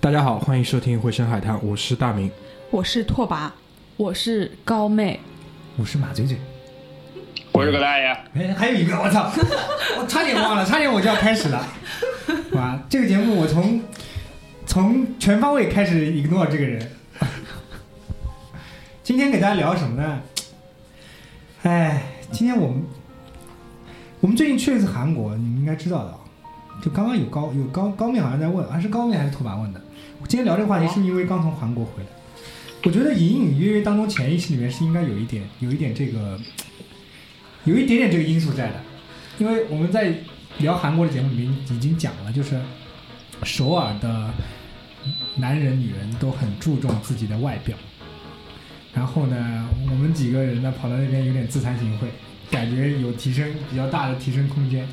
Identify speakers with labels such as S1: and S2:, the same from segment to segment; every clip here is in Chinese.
S1: 大家好，欢迎收听《回声海滩》，我是大明。
S2: 我是拓跋，
S3: 我是高妹，
S4: 我是马嘴嘴。
S5: 我是葛大爷，
S4: 哎，还有一个，我操，我差点忘了，差点我就要开始了。哇，这个节目我从从全方位开始 ignore 这个人。今天给大家聊什么呢？哎，今天我们我们最近去了一次韩国，你们应该知道的啊。就刚刚有高有高高妹好像在问，啊是高妹还是拓跋问的？我今天聊这个话题是因为刚从韩国回来，我觉得隐隐约约当中潜意识里面是应该有一点有一点这个有一点点这个因素在的，因为我们在聊韩国的节目里面已经讲了，就是首尔的男人女人都很注重自己的外表，然后呢，我们几个人呢跑到那边有点自惭形秽，感觉有提升比较大的提升空间。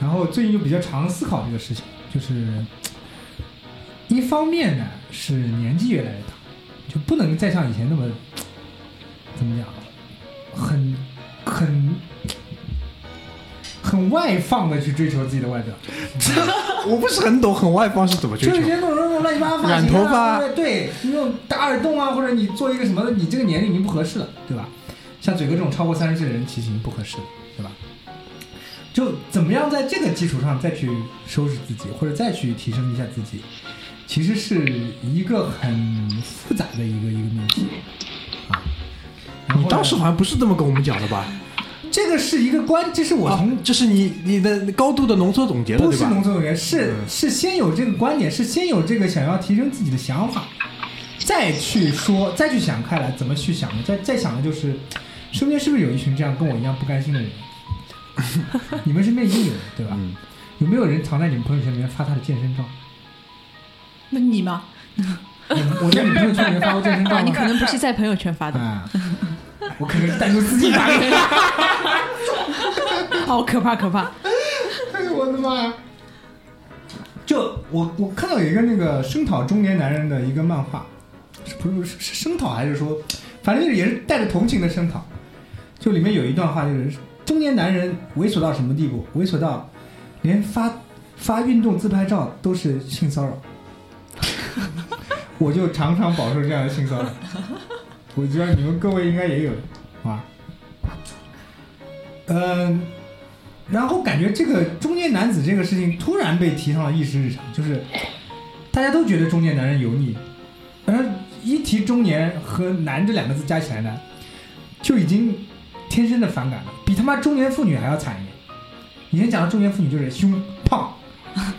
S4: 然后最近就比较常思考这个事情，就是一方面呢是年纪越来越大，就不能再像以前那么怎么讲，很很很外放的去追求自己的外表，
S1: 我不是很懂很外方是怎么追
S4: 就有
S1: 求
S4: 些，那种那种乱七八糟发型啊，
S1: 染头发
S4: 或者对，你那种打耳洞啊，或者你做一个什么的，你这个年龄已经不合适了，对吧？像嘴哥这种超过三十岁的人，其实已经不合适了，对吧？就怎么样在这个基础上再去收拾自己，或者再去提升一下自己，其实是一个很复杂的一个一个命题啊。然
S1: 你
S4: 后呢
S1: 当时好像不是这么跟我们讲的吧？
S4: 这个是一个关，这是我从
S1: 啊这是你你的高度的浓缩总结了，
S4: 不
S1: 对
S4: 是农
S1: 吧？
S4: 村委员，是
S1: 嗯
S4: 是先有这个观点，是先有这个想要提升自己的想法，再去说，再去想开来怎么去想的，再再想的就是，身边是不是有一群这样跟我一样不甘心的人？ 你们身边一定有，对吧？
S1: 嗯
S4: 有没有人常在你们朋友圈里面发他的健身照？
S2: 那你吗？
S4: 你们我在你们朋友圈里面发过健身照
S3: 啊，
S4: 吗？
S3: 你可能不是在朋友圈发的，
S4: 啊，我可能是单独自己发的。
S3: 好可怕可怕！
S4: 哎呦我的妈呀！就我我看到有一个那个声讨中年男人的一个漫画，是不是是是声讨还是说，反正就是也是带着同情的声讨。就里面有一段话，就是中年男人猥琐到什么地步？猥琐到连发发运动自拍照都是性骚扰。我就常常饱受这样的性骚扰，我觉得你们各位应该也有啊。嗯，然后感觉这个中年男子这个事情突然被提上了议事日常，就是大家都觉得中年男人油腻，而一提中年和男这两个字加起来呢，就已经天生的反感了，比他妈中年妇女还要惨一点。以前讲的中年妇女就是胸胖，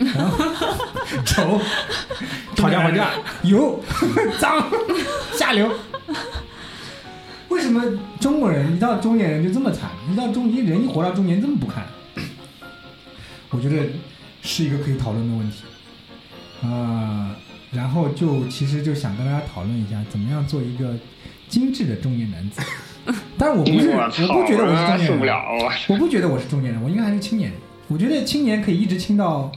S4: 然后丑，
S1: 吵架吵架，
S4: 油 脏下流。为什么中国人一到中年人就这么惨？一到中人一活到中年这么不堪？我觉得是一个可以讨论的问题。呃，然后就其实就想跟大家讨论一下，怎么样做一个精致的中年男 子。但是我不是，
S5: 我操，
S4: 我不觉得我是中
S5: 他妈
S4: 年
S5: 受
S4: 人
S5: 不， 了，我
S4: 我不觉得我是中年人，我应该还是青年人。我觉得青年可以一直青到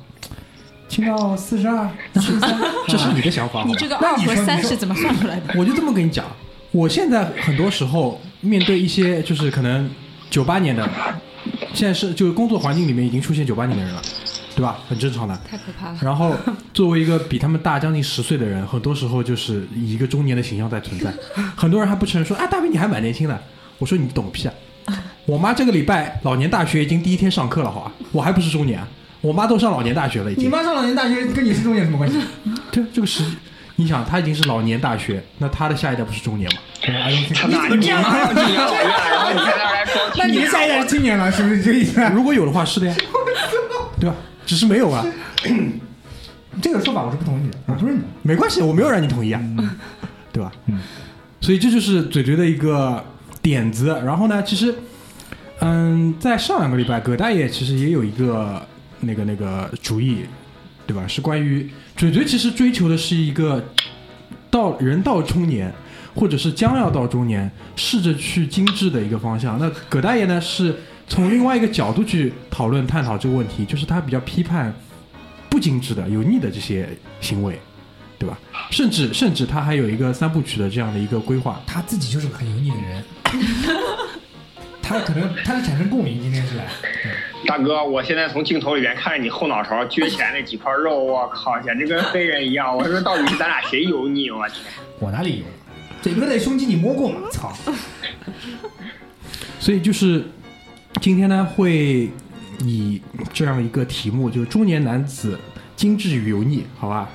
S4: 青到四十二、四 十三。
S1: 这是你的想法，好吧
S3: 你？这个
S4: 那
S3: 二
S4: 你说
S3: 和三
S4: 你说
S3: 是怎么算出来的？
S1: 我就这么跟你讲，我现在很多时候面对一些就是可能九八年的，现在是就是工作环境里面已经出现九八年的人了，对吧？很正常的。
S3: 太可 怕了！
S1: 然后，作为一个比他们大将近十岁的人，很多时候就是以一个中年的形象在 存在。很多人还不承认说：“啊，大明你还蛮年轻的。”我说：“你懂个屁啊！我妈这个礼拜老年大学已经第一天上课了，好吧，我还不是中年啊，我妈都上老年大学了，已
S4: 你
S1: 经。
S4: 妈上老年大学跟你是中年有什么关系？
S1: 对，这个时，你想，她已经是老年大学，那她的下一代不是中 年吗？
S4: 哎
S5: 他妈你这样骂我这样我呀，然后你在那儿还装
S4: 那你的下一代是青年了，是不是这意思？
S1: 如果有的话，是的呀，对吧？只是没有啊，
S4: 这个说法我是不同意的，我不认同。
S1: 没关系，我没有让你同意啊， 对吧？
S4: 嗯，
S1: 所以这就是嘴嘴的一个点子。然后呢，其实，嗯，在上两个礼拜，葛大爷其实也有一个那个那个主意，对吧？是关于嘴嘴其实追求的是一个到人到中年，或者是将要到中年，试着去精致的一个方向。那葛大爷呢，是从另外一个角度去讨论探讨这个问题，就是他比较批判不精致的、油腻的这些行为。对吧？甚至甚至他还有一个三部曲的这样的一个规划。
S4: 他自己就是个很油腻的人，他可能他是产生共鸣，今天是来，对
S5: 大哥，我现在从镜头里面看着你后脑勺撅起来那几块肉，我靠，简直跟黑人一样！我说到底是咱俩谁油腻？我天！
S4: 我哪里有？嘴哥的胸肌你摸过吗？操！
S1: 所以就是今天呢，会以这样一个题目，就是中年男子精致与油腻，好吧，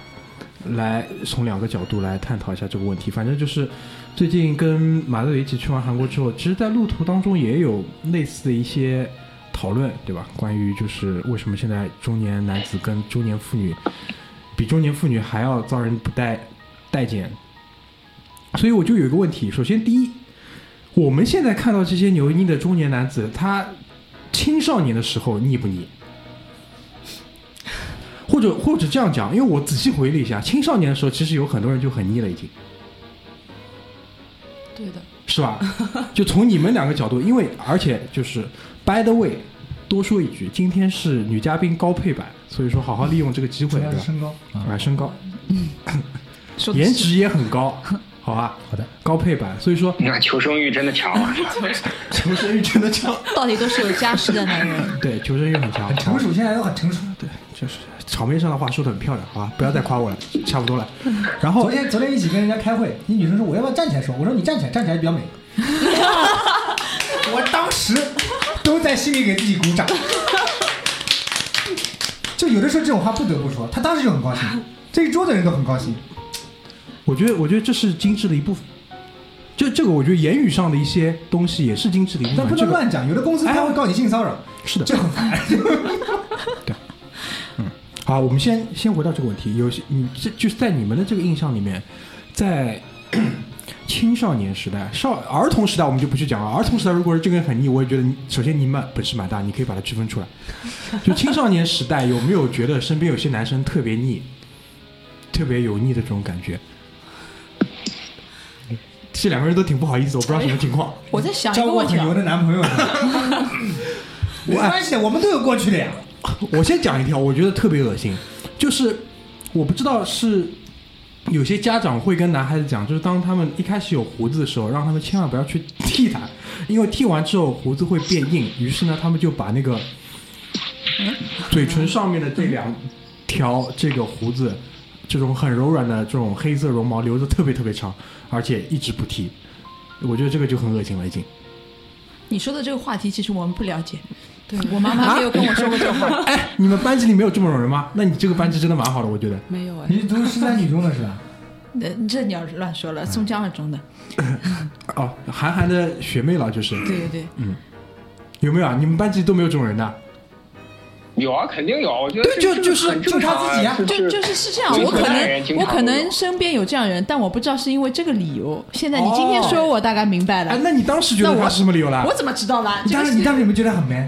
S1: 来从两个角度来探讨一下这个问题。反正就是最近跟马德里一起去完韩国之后，其实，在路途当中也有类似的一些讨论，对吧？关于就是为什么现在中年男子跟中年妇女比中年妇女还要遭人不待待见。所以我就有一个问题，首先第一，我们现在看到这些油腻的中年男子，他青少年的时候腻不腻？或者或者这样讲，因为我仔细回忆了一下，青少年的时候其实有很多人就很腻了，已经
S3: 对的，
S1: 是 吧？就从你们两个角度，因为而且就是 by the way，多说一句，今天是女嘉宾高配版，所以说好好利用这个机会，
S4: 主要
S1: 对
S4: 是
S1: 吧？
S4: 身高啊，
S1: 啊，身高，
S3: 说的
S1: 颜
S3: 是
S1: 值也很高，好吧？
S4: 好的，
S1: 高配版，所以说
S5: 你看求生欲真的强啊！
S1: 求生欲真的强，
S3: 到底都是有家室的男 人。
S1: 对，求生欲很强，
S4: 成熟，现在都很成熟。
S1: 对，就是场面上的话说的很漂亮，好吧，不要再夸我 了，差不多了。然后
S4: 昨天昨天一起跟人家开会，一女生说我要不要站起来说，我说你站起来，站起来比较美。我当时都在心里给自己鼓掌。就有的时候这种话不得不说，他当时就很高兴，这一桌的人都很高兴。
S1: 我觉得，我觉得这是精致的一部分。这这个，我觉得言语上的一些东西也是精致的一部分。
S4: 但不
S1: 哎这
S4: 能
S1: 个
S4: 乱讲，有的公司他会告你性骚扰，
S1: 是的，
S4: 就很烦。
S1: 好，我们先先回到这个问题，有些你这就是在你们的这个印象里面，在青少年时代、少儿童时代，我们就不去讲了。儿童时代如果是这个人很腻，我也觉得你首先你们本事蛮大，你可以把它区分出来。就青少年时代，有没有觉得身边有些男生特别腻，特别油腻的这种感觉？这两个人都挺不好意思，我不知道什么情况。
S3: 我在想一
S4: 交
S3: 个
S4: 过
S3: 问
S4: 很
S3: 题啊
S4: 油，的男朋友的，没关系，我们都有过去的呀。
S1: 我先讲一条，我觉得特别恶心，就是我不知道是有些家长会跟男孩子讲，就是当他们一开始有胡子的时候，让他们千万不要去 剃它，因为剃完之后胡子会变硬，于是呢，他们就把那个嘴唇上面的这两条这个胡子，这种很柔软的这种黑色绒毛留的特别特别长，而且一直不剃，我觉得这个就很恶心了已经。
S3: 你说的这个话题其实我们不了解。对啊我妈妈没有跟我说过这话，
S1: 哎，你们班级里没有这种人吗？那你这个班级真的蛮好的，我觉得。
S3: 没有哎，
S4: 你是读十三女中的是吧？
S3: 那这你要是乱说了，松江二中的，
S1: 哦，韩寒的学妹了，就是
S3: 对对对，
S1: 有没有啊？你们班级都没有这种人的？
S5: 有啊，肯定有。我觉得
S1: 对
S5: 这
S1: 就
S5: 这
S1: 就是
S5: 很正常
S4: 就他自己啊
S5: 这
S3: 就就是是是这样，
S5: 就是
S3: 我可
S5: 大人经
S3: 能我
S5: 常
S3: 可
S5: 会有
S3: 能身边有这样人，但我不知道是因为这个理由。现在你今天
S1: 哦
S3: 说我大概明白
S1: 哎，
S3: 了，
S1: 那你当时觉得
S3: 啊那我
S1: 他是什么理由啦
S3: 我？怎么知道啦？
S4: 你
S3: 这
S4: 当
S3: 个
S4: 时你当时有没有觉得很 man？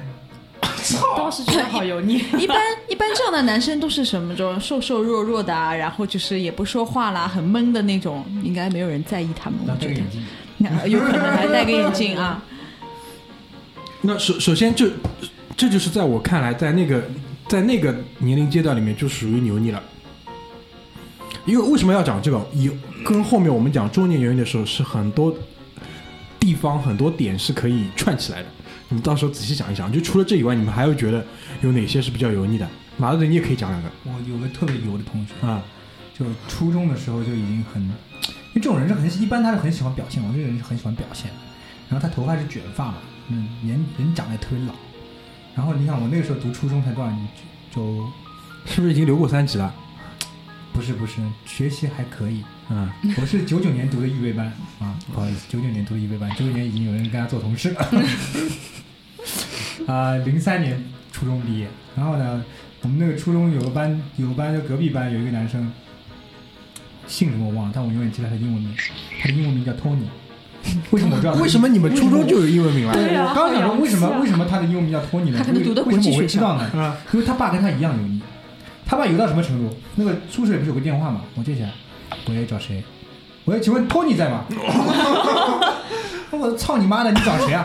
S3: 当时觉得好油腻。一般一般这样的男生都是什么种瘦瘦弱弱的啊，然后就是也不说话啦，很闷的那种，应该没有人在意他们。我觉得
S4: 镜。
S3: 那 有可能还戴个眼镜啊。
S1: 那首首先就这就是在我看来，在那个在那个年龄阶段里面就属于油腻了。因为为什么要讲这个？有跟后面我们讲中年油腻的时候，是很多地方很多点是可以串起来的。你们到时候仔细想一想。就除了这以外，你们还会觉得有哪些是比较油腻的？马德里，你也可以讲两个
S4: 我有个特别油的同学，
S1: 啊。
S4: 就初中的时候就已经很，因为这种人是很一般，他是很喜欢表现。我这个人是很喜欢表现，然后他头发是卷发嘛，嗯，人人长得也特别老。然后你看我那个时候读初中才多少年级，就是
S1: 不是已经留过三级了？
S4: 不是不是学习还可以。
S1: 嗯，
S4: 我是九九年读的预备班啊，不好意思，九九年读的预备班，九九年已经有人跟他做同事了。 啊、0零三年初中毕业，然后呢，我们那个初中有个班，有个班就隔壁班有一个男生，姓什么我忘了，但我永远记得他的英文名，他的英文名叫 Tony。为 什么我知道他的英文名？
S1: 为什么你们初中就有英文名了？
S3: 对啊
S4: 我刚想说，为什么
S3: 好洋气啊
S4: 为什么他的英文名叫托尼呢？
S3: 他可能读的
S4: 为
S3: 国
S4: 什
S3: 际
S4: 么我会
S3: 学校
S4: 知道呢？
S3: 嗯
S1: 啊，
S4: 因为他爸跟他一样油腻，他爸油到什么程度？那个宿舍里不是有个电话吗？我接起来，喂，找谁？喂，请问托尼在吗？我操你妈的，你找谁啊？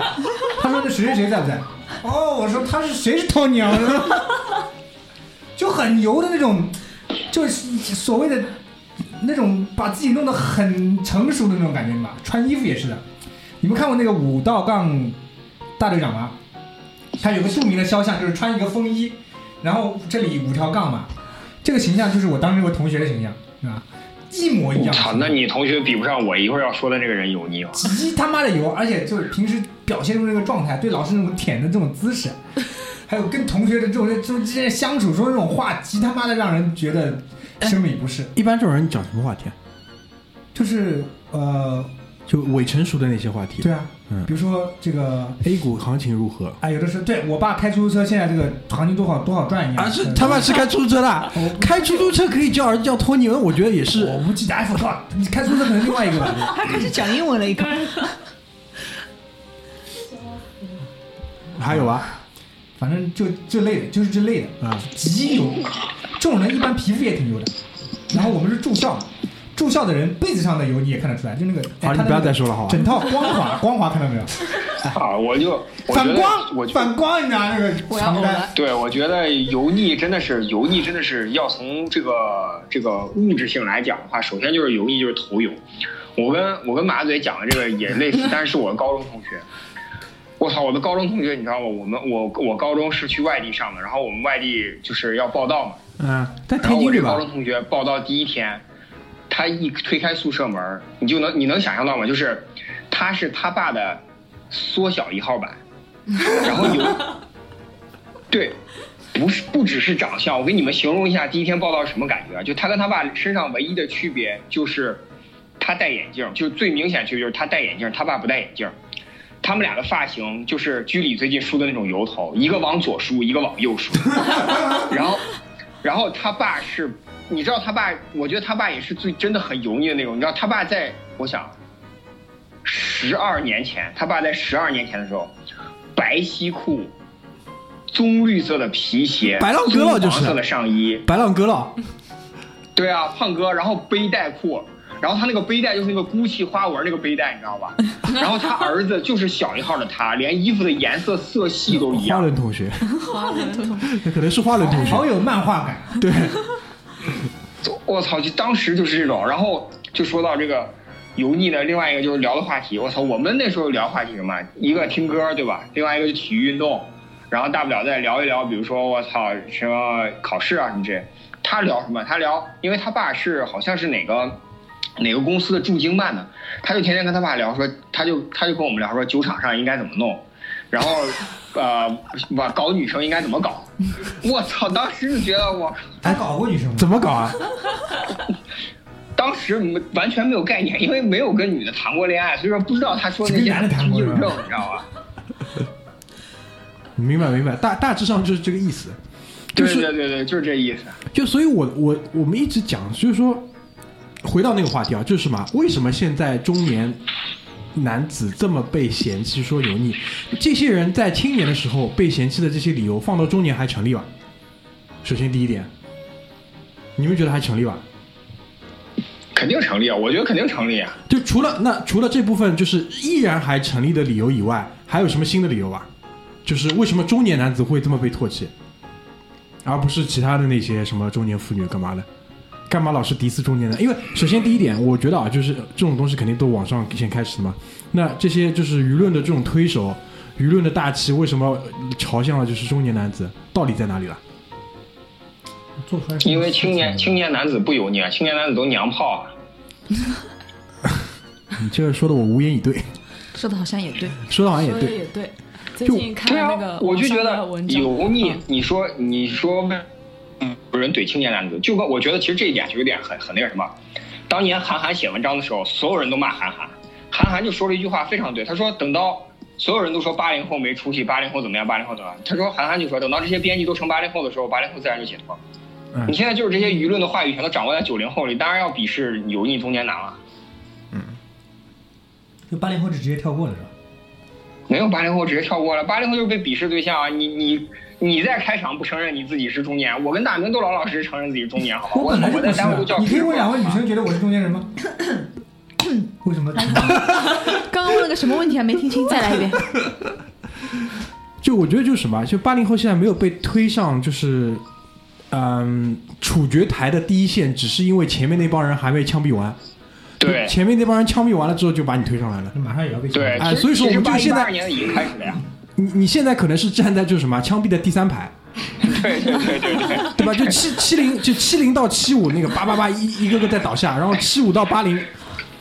S4: 他说那谁谁谁在不在？哦，我说他是谁是托尼啊？我说就很油的那种，就是所谓的那种把自己弄得很成熟的那种感觉嘛。穿衣服也是的，你们看过那个武道杠大队长吗？他有个著名的肖像，就是穿一个风衣，然后这里五条杠嘛，这个形象就是我当时我同学的形象，是吧？一模一
S5: 我
S4: 样。
S5: 操，哦那你同学比不上我一会儿要说的这个人油腻吗？
S4: 极他妈的油，而且就是平时表现出那个状态，对老师那种舔的这种姿势，还有跟同学的这种就之间相处说这种话，极他妈的让人觉得生理不适。
S1: 一般这种人讲什么话题啊？
S4: 就是呃，
S1: 就伪成熟的那些话题。
S4: 对啊，
S1: 嗯
S4: 比如说这个，
S1: A 股行情如何？
S4: 哎，有的时候对我爸开出租车，现在这个行情多好多好赚一样
S1: 啊，是他妈是开出租车的，啊
S4: 我
S1: 开出租车可以叫儿子叫托尼，我觉得也
S4: 哎我
S1: 是。
S4: 无忌的 F 靠，你开出租车可能另外一个吧。
S2: 他开始讲英文了，一个
S1: 还有啊，
S4: 反正就这类的，就是这类的，
S1: 啊，
S4: 极油。这种人一般皮肤也挺油的。然后我们是住校，住校的人被子上的油你也看得出来，就那个，
S1: 好，
S4: 哎、
S1: 你
S4: 他的
S1: 不要
S4: 那
S1: 再
S4: 个
S1: 说了，好吧？
S4: 整套光滑，光滑看到没有？
S5: 啊，我就我觉
S4: 哎反
S5: 得
S4: 光，
S5: 我就
S4: 反光，你知道那个
S3: 我要
S4: 床
S3: 呕
S4: 单
S3: 了，
S5: 对，我觉得油腻真的是油腻，真的是要从这个这个物质性来讲的话，首先就是油腻，就是头油。我跟我跟马嘴讲的这个也类似，但是我高中同学，我操，我的高中同学你知道吗？我们我我高中是去外地上的，然后我们外地就是要报道嘛，
S1: 嗯，在
S5: 然
S1: 天
S5: 后
S1: 津
S5: 我这
S1: 对
S5: 个高
S1: 吧？
S5: 中同学报到第一天，他一推开宿舍门儿，你就能你能想象到吗？就是他是他爸的缩小一号版，然后 有对，不是不只是长相，我给你们形容一下第一天报道是什么感觉啊？就他跟他爸身上唯一的区别就是他戴眼镜，就最明显区别就是他戴眼镜，他爸不戴眼镜。他们俩的发型就是居里最近梳的那种油头，一个往左梳，一个往右 梳。然后，然后他爸是，你知道他爸，我觉得他爸也是最真的很油腻的那种。你知道他爸在，我想，十二年前，他爸在十二年前的时候，白西裤，棕绿色的皮鞋，
S1: 白浪哥了就是
S5: 棕黄色的上衣，
S1: 白浪哥了，
S5: 对啊，胖哥，然后背带裤，然后他那个背带就是那个 GUCCI 花纹那个背带，你知道吧？然后他儿子就是小一号的他，连衣服的颜色色系都一
S1: 花
S5: 样。
S1: 轮同学，那可能是花轮同
S4: 好
S1: 学。
S4: 有漫画感。
S1: 对，
S5: 我操，就当时就是这种。然后就说到这个油腻的，另外一个就是聊的话题。我操，我们那时候聊话题什么？一个听歌，对吧？另外一个就体育运动，然后大不了再聊一聊，比如说我操什么考试啊什么之类。他聊什么？他聊，因为他爸是好像是哪个哪个公司的驻京办的，他就天天跟他爸聊说，他就他就跟我们聊说酒场上应该怎么弄，然后呃，把搞女生应该怎么搞。我操，当时就觉得我
S1: 哎
S4: 还搞过女生吗？
S1: 怎么搞啊？
S5: 当时没完全没有概念，因 为没有跟女的谈过恋爱，所以说不知道他说那
S4: 只
S5: 些
S4: 跟男的谈过
S5: 硬
S4: 是吧
S5: 证，你知道 吧？
S1: 明白明白，大大致上就是这个意思。就
S5: 对
S1: 是
S5: 对对对，就是这意思。
S1: 就所以我，我我们一直讲，就是说，回到那个话题啊，就是什么？为什么现在中年男子这么被嫌弃说油腻？这些人在青年的时候被嫌弃的这些理由，放到中年还成立吧？首先第一点，你们觉得还成立吧？
S5: 肯定成立啊，我觉得肯定成立啊。
S1: 就除了那除了这部分就是依然还成立的理由以外，还有什么新的理由啊？就是为什么中年男子会这么被唾弃，而不是其他的那些什么中年妇女干嘛的？干嘛老是迪斯中年男？因为首先第一点，我觉得啊，就是这种东西肯定都往上先开始的嘛。那这些就是舆论的这种推手，舆论的大旗为什么朝向了就是中年男子？道理在哪里了？
S4: 做出来？
S5: 因为青
S4: 嗯
S5: 年青年男子不油腻啊，青年男子都娘炮啊。
S1: 你这个说的我无言以对，
S3: 说的好像也对，
S1: 说的好像哎也
S6: 说的
S1: 对。
S6: 也对。最
S1: 就
S6: 近看
S5: 对
S6: 了
S5: 啊
S6: 那个，
S5: 我就觉
S6: 网上
S5: 得
S6: 的文章
S5: 油腻
S6: 嗯。
S5: 你说你说为嗯有人怼青年男子，就跟我觉得其实这一点就有点很很那个什么。当年韩寒写文章的时候，所有人都骂韩寒，韩寒就说了一句话非常对，他说等到所有人都说八零后没出息，八零后怎么样，八零后怎么样，他说韩寒就说等到这些编辑都成八零后的时候，八零后自然就解脱。
S1: 嗯
S5: 你现在就是这些舆论的话语权都掌握在九零后里，当然要鄙视油腻中年男了。
S4: 就八零后就直接跳过了是吧？
S5: 没有八零后直接跳过了，八零后就是被鄙视对象啊！你你你在开场不承认你自己是中年，我跟大明都老老实实承认自己是中年，好吧？我
S4: 本来就
S5: 我
S4: 不
S5: 在
S4: 是
S5: 单位
S4: 啊
S5: 都叫。
S4: 你可以问两位女
S5: 啊。
S4: 生，觉得我是中间 人吗？为什么？
S3: 刚刚问了个什么问题啊？没听清，再来一遍。
S1: 就我觉得就是什么，就八零后现在没有被推上就是，嗯，处决台的第一线，只是因为前面那帮人还没枪毙完。
S5: 对
S1: 就前面那帮人枪毙完了之后，就把你推上来了。
S4: 马上也要被
S5: 对，
S1: 哎
S5: 其实
S1: 所以说我们
S5: 其实
S1: 就现在
S5: 82年已经开始了呀。
S1: 你你现在可能是站在就是什么枪毙的第三排，
S5: 对对对对对，
S1: 对吧？就七七零就七零到七五那个八八八一一个个在倒下，然后七五到八零，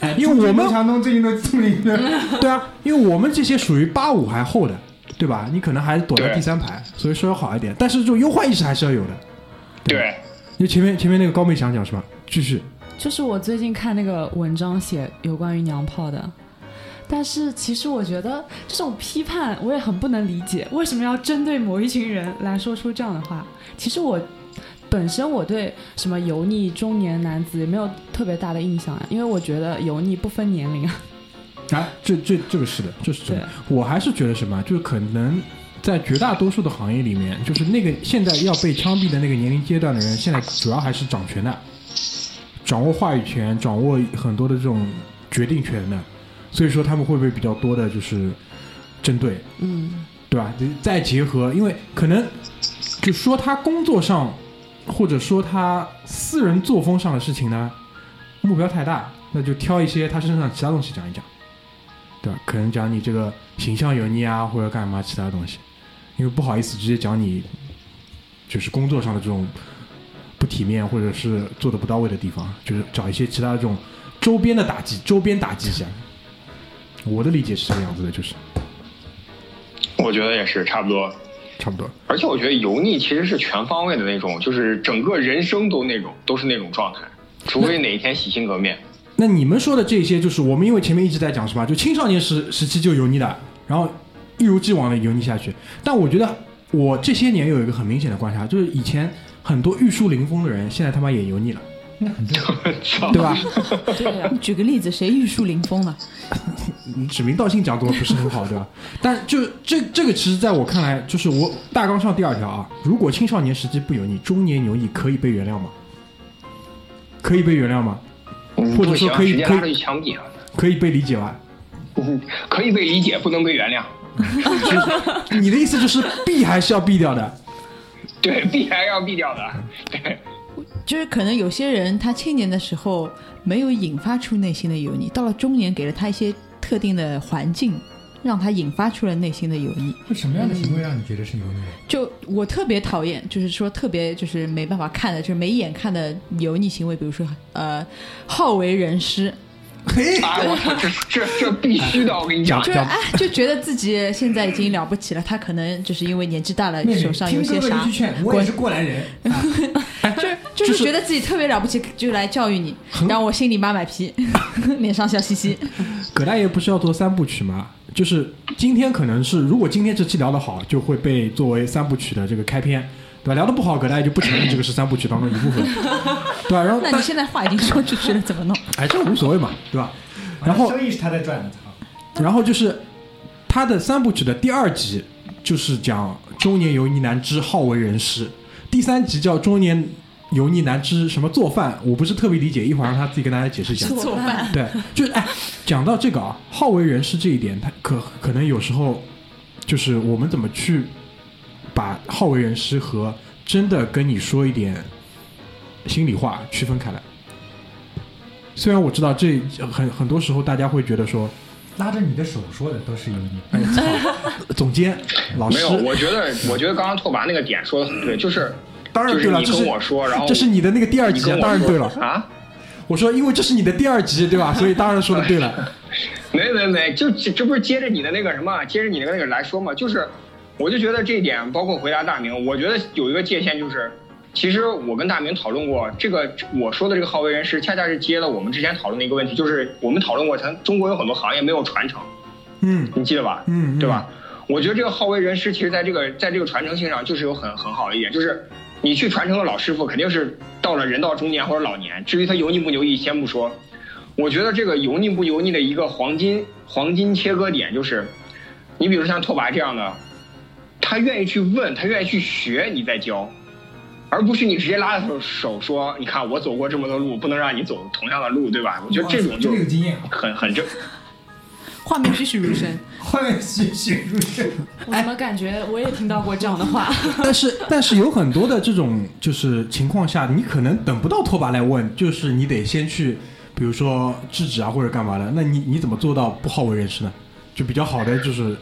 S1: 哎，因为我们
S4: 刘强东最近都这么一个，
S1: 对啊，因为我们这些属于八五还后的，对吧？你可能还躲在第三排，所以稍微好一点，但是这种忧患意识还是要有的。
S5: 对，
S1: 因为前面前面那个高妹想讲什么？继续，
S6: 就是我最近看那个文章写有关于娘炮的，但是其实我觉得这种批判我也很不能理解，为什么要针对某一群人来说出这样的话？其实我本身我对什么油腻中年男子也没有特别大的印象啊，因为我觉得油腻不分年龄啊。
S1: 啊，这这这个是的，这是真的。我还是觉得什么，啊就是可能在绝大多数的行业里面，就是那个现在要被枪毙的那个年龄阶段的人，现在主要还是掌权的，掌握话语权，掌握很多的这种决定权的，所以说他们会不会比较多的就是针对，
S6: 嗯，
S1: 对吧？再结合，因为可能就说他工作上或者说他私人作风上的事情呢，目标太大，那就挑一些他身上其他东西讲一讲，对吧？可能讲你这个形象油腻啊，或者干嘛其他东西，因为不好意思直接讲你就是工作上的这种不体面或者是做的不到位的地方，就是找一些其他的这种周边的打击，周边打击一下。我的理解是这个样子的，就是
S5: 我觉得也是差不多。
S1: 差不多。
S5: 而且我觉得油腻其实是全方位的那种，就是整个人生都那种都是那种状态，除非哪一天洗心革面。
S1: 那你们说的这些，就是我们因为前面一直在讲什么，就青少年时时期就油腻的，然后一如既往的油腻下去。但我觉得我这些年有一个很明显的观察，就是以前很多玉树临风的人，现在他妈也油腻了，
S4: 那很正常。
S5: 操
S1: 对吧？
S6: 对啊呀、
S3: 你 举个例子，谁玉树临风了？
S1: 嗯指名道姓讲多不是很好，对吧？ 但就这这个，其实在我看来，就是我大纲上第二条啊，如果青少年时期不油腻，中年油腻可以被原谅吗？可以被原谅吗？
S5: 嗯
S1: 或者
S5: 不行
S1: 说可以
S5: 直接
S1: 可以
S5: 拉着去枪毙啊！
S1: 可以被理解吧？
S5: 嗯 可以被理解，不能被原谅。
S1: 你的意思就是避还是要避掉 的？
S5: 对，必然要毙掉的。对，
S3: 就是可能有些人他青年的时候没有引发出内心的油腻，到了中年给了他一些特定的环境，让他引发出了内心的油腻。
S4: 就什么样的行为让你觉得是油腻？
S3: 就我特别讨厌，就是说特别就是没办法看的，就是没眼看的油腻行为，比如说呃，好为人师，
S1: 嘿，
S5: 啊，我操，这这这必须的，我跟你讲，
S3: 就是哎就觉得自己现在已经了不起了，他可能就是因为年纪大了，
S4: 妹
S3: 手
S4: 妹，
S3: 上有些
S4: 听哥哥一
S3: 啥
S4: 句，劝，我也是过来人。啊
S3: 就
S1: 哎就是
S3: 是觉得自己特别了不起，就来教育你，让我心里妈买皮， 脸上笑嘻嘻。
S1: 葛大爷不是要做三部曲吗？就是今天可能是，如果今天这期聊得好，就会被作为三部曲的这个开篇，对吧？聊得不好，葛大爷就不承认这个是三部曲当中一部分，对吧？然后
S3: 哦那
S1: 但
S3: 你现在话已经说出去了，怎么 弄？
S1: 哎，这无所谓嘛，对吧？然后
S4: 生意是他在赚的，操！
S1: 然后就是他的三部曲的第二集就是讲中年油腻男之好为人师，第三集叫中年油腻男之什么做饭，我不是特别理解，一会儿让他自己跟大家解释一下。
S3: 做饭。
S1: 对，就是哎，讲到这个啊，好为人师这一点，他可可能有时候就是我们怎么去把好为人师和真的跟你说一点心里话区分开来。虽然我知道这很很多时候大家会觉得说，
S4: 拉着你的手说的都是油腻。
S1: 哎，操总监老
S5: 没
S1: 师
S5: 有，，我觉得，我觉得刚刚拓拔那个点说的很对，就是，
S1: 当然
S5: 就
S1: 对
S5: 是
S1: 了，
S5: 你
S1: 这
S5: 跟
S1: 是
S5: 我说，然后
S1: 这是你的那个第二
S5: 你
S1: 集
S5: 跟
S1: 啊
S5: 我，说
S1: 当然对了。
S5: 啊，
S1: 我说因为这是你的第二集，对吧？所以当然说的对了。
S5: 没没没，就这这不是接着你的那个什么，啊接着你的那个来说嘛，就是，我就觉得这一点，包括回答大明，我觉得有一个界限就是，其实我跟大明讨论过这个我说的这个好为人师，恰恰是接了我们之前讨论的一个问题，就是我们讨论过，咱中国有很多行业没有传承，
S1: 嗯
S5: 你记得吧？
S1: 嗯，嗯
S5: 对吧？？我觉得这个好为人师，其实在这个在这个传承性上，就是有很很好的一点，就是你去传承的老师傅，肯定是到了人到中年或者老年。至于他油腻不油腻，先不说。我觉得这个油腻不油腻的一个黄金黄金切割点，就是你比如像拓跋这样的，他愿意去问，他愿意去学，你再教，而不是你直接拉着手手说，你看我走过这么多路，不能让你走同样的路，对吧？我觉得这
S4: 哇
S5: 种
S4: 真
S5: 就
S4: 的有经验啊！
S5: 很很正。
S3: 画面栩栩如生，
S4: 后面学学入室，
S6: 我怎么感觉我也听到过这样的话？
S1: 但是但是有很多的这种就是情况下，你可能等不到拖把来问，就是你得先去，比如说制止啊或者干嘛的。那你你怎么做到不好为人师呢？就比较好的就是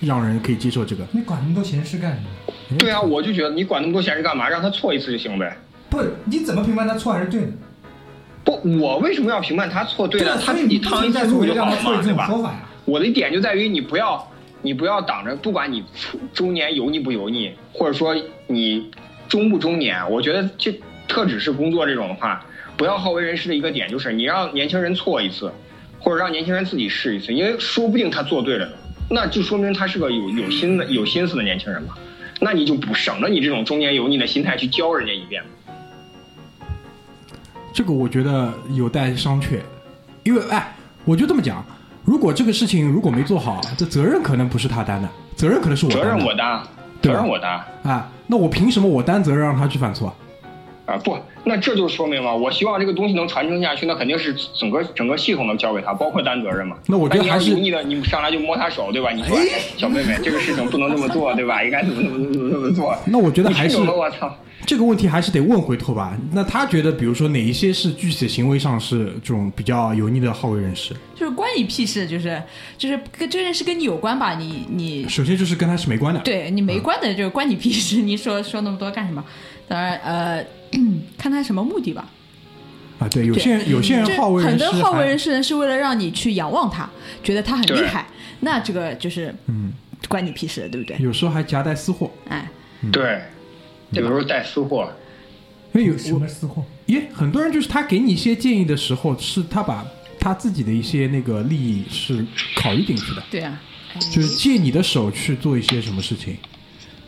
S1: 让人可以接受这个。
S4: 你管那么多闲事干什么？
S5: 对啊，我就觉得你管那么多闲事干嘛？让他错一次就行呗。
S4: 不，你怎么评判他错还是对呢？
S5: 不，我为什么要评判他错对呢？
S4: 啊
S5: 他
S4: 所以
S5: 自己
S4: 你不
S5: 趟一
S4: 存
S5: 次
S4: 在所
S5: 路
S4: 谓
S5: 就
S4: 让
S5: 好
S4: 他
S5: 了
S4: 错
S5: 嘛，
S4: 的
S5: 对
S4: 这种
S5: 吧？
S4: 说法呀。
S5: 我的点就在于你不要，你不要挡着，不管你中年油腻不油腻，或者说你中不中年，我觉得就特指是工作这种的话，不要好为人师的一个点就是你让年轻人错一次，或者让年轻人自己试一次，因为说不定他做对了呢，那就说明他是个有有心的有心思的年轻人嘛，那你就不省着你这种中年油腻的心态去教人家一遍。
S1: 这个我觉得有待商榷，因为哎，我就这么讲，如果这个事情如果没做好，这责任可能不是他担的，责任可能是我担
S5: 责
S1: 的
S5: 任我担，
S1: 对
S5: 责
S1: 吧
S5: 任我担。
S1: 啊，那我凭什么我担责任让他去犯错？
S5: 啊，不，那这就说明了，我希望这个东西能传承下去，那肯定是整个整个系统都交给他，包括担责任嘛。
S1: 那我觉得
S5: 但你要
S1: 还是
S5: 油腻的，你上来就摸他手，对吧？你说、哎、小妹妹，这个事情不能这么做，对吧？应该怎么怎么怎么怎么做？
S1: 那我觉得
S5: 你
S1: 还是嗯
S5: 这种的，我操！
S1: 这个问题还是得问回拓吧。那他觉得，比如说哪一些是具体的行为上是这种比较油腻的好为人士？
S3: 就是关你屁事，就是就是跟这件事跟你有关吧，你你
S1: 首先就是跟他是没关的，
S3: 对你没关的，就是关你屁事，你说说那么多干什么？当然，呃，看他什么目的吧。
S1: 啊，对，有些人有些人
S3: 就
S1: 好为
S3: 很
S1: 人师
S3: 多
S1: 还，
S3: 好为人师人是为了让你去仰望他，觉得他很厉害，那这个就是
S1: 嗯，
S3: 关你屁事了，对不对？
S1: 有时候还夹带私货，
S3: 哎，
S5: 对，有时候带私货，
S1: 因为有
S4: 什么私货？
S1: 耶，很多人就是他给你一些建议的时候，是他把他自己的一些那个利益是考虑进去的，
S3: 对啊，
S1: 就是借你的手去做一些什么事情，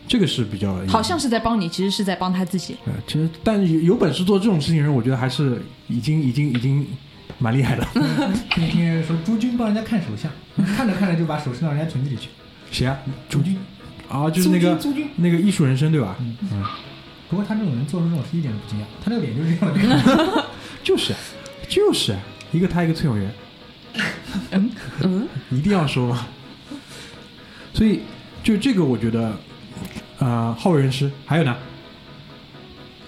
S1: 这个是比较有
S3: 好像是在帮你，其实是在帮他自己。
S1: 呃，其实但有有本事做这种事情的人，我觉得还是已经已经已经蛮厉害的。
S4: 天天说朱军帮人家看手相， 看着看着就把手伸到人家裙子里去。
S1: 谁啊？
S4: 朱军，
S1: 啊，就是那个
S4: 朱军，朱军。
S1: 那个艺术人生对吧？
S4: 嗯不过他这种人做出这种事一点都不惊讶，他这个脸就是这样的。
S1: 就是啊就是一个他一个崔永元，
S6: 嗯，
S1: 一定要说吗？所以就这个，我觉得呃，好为人师。还有呢，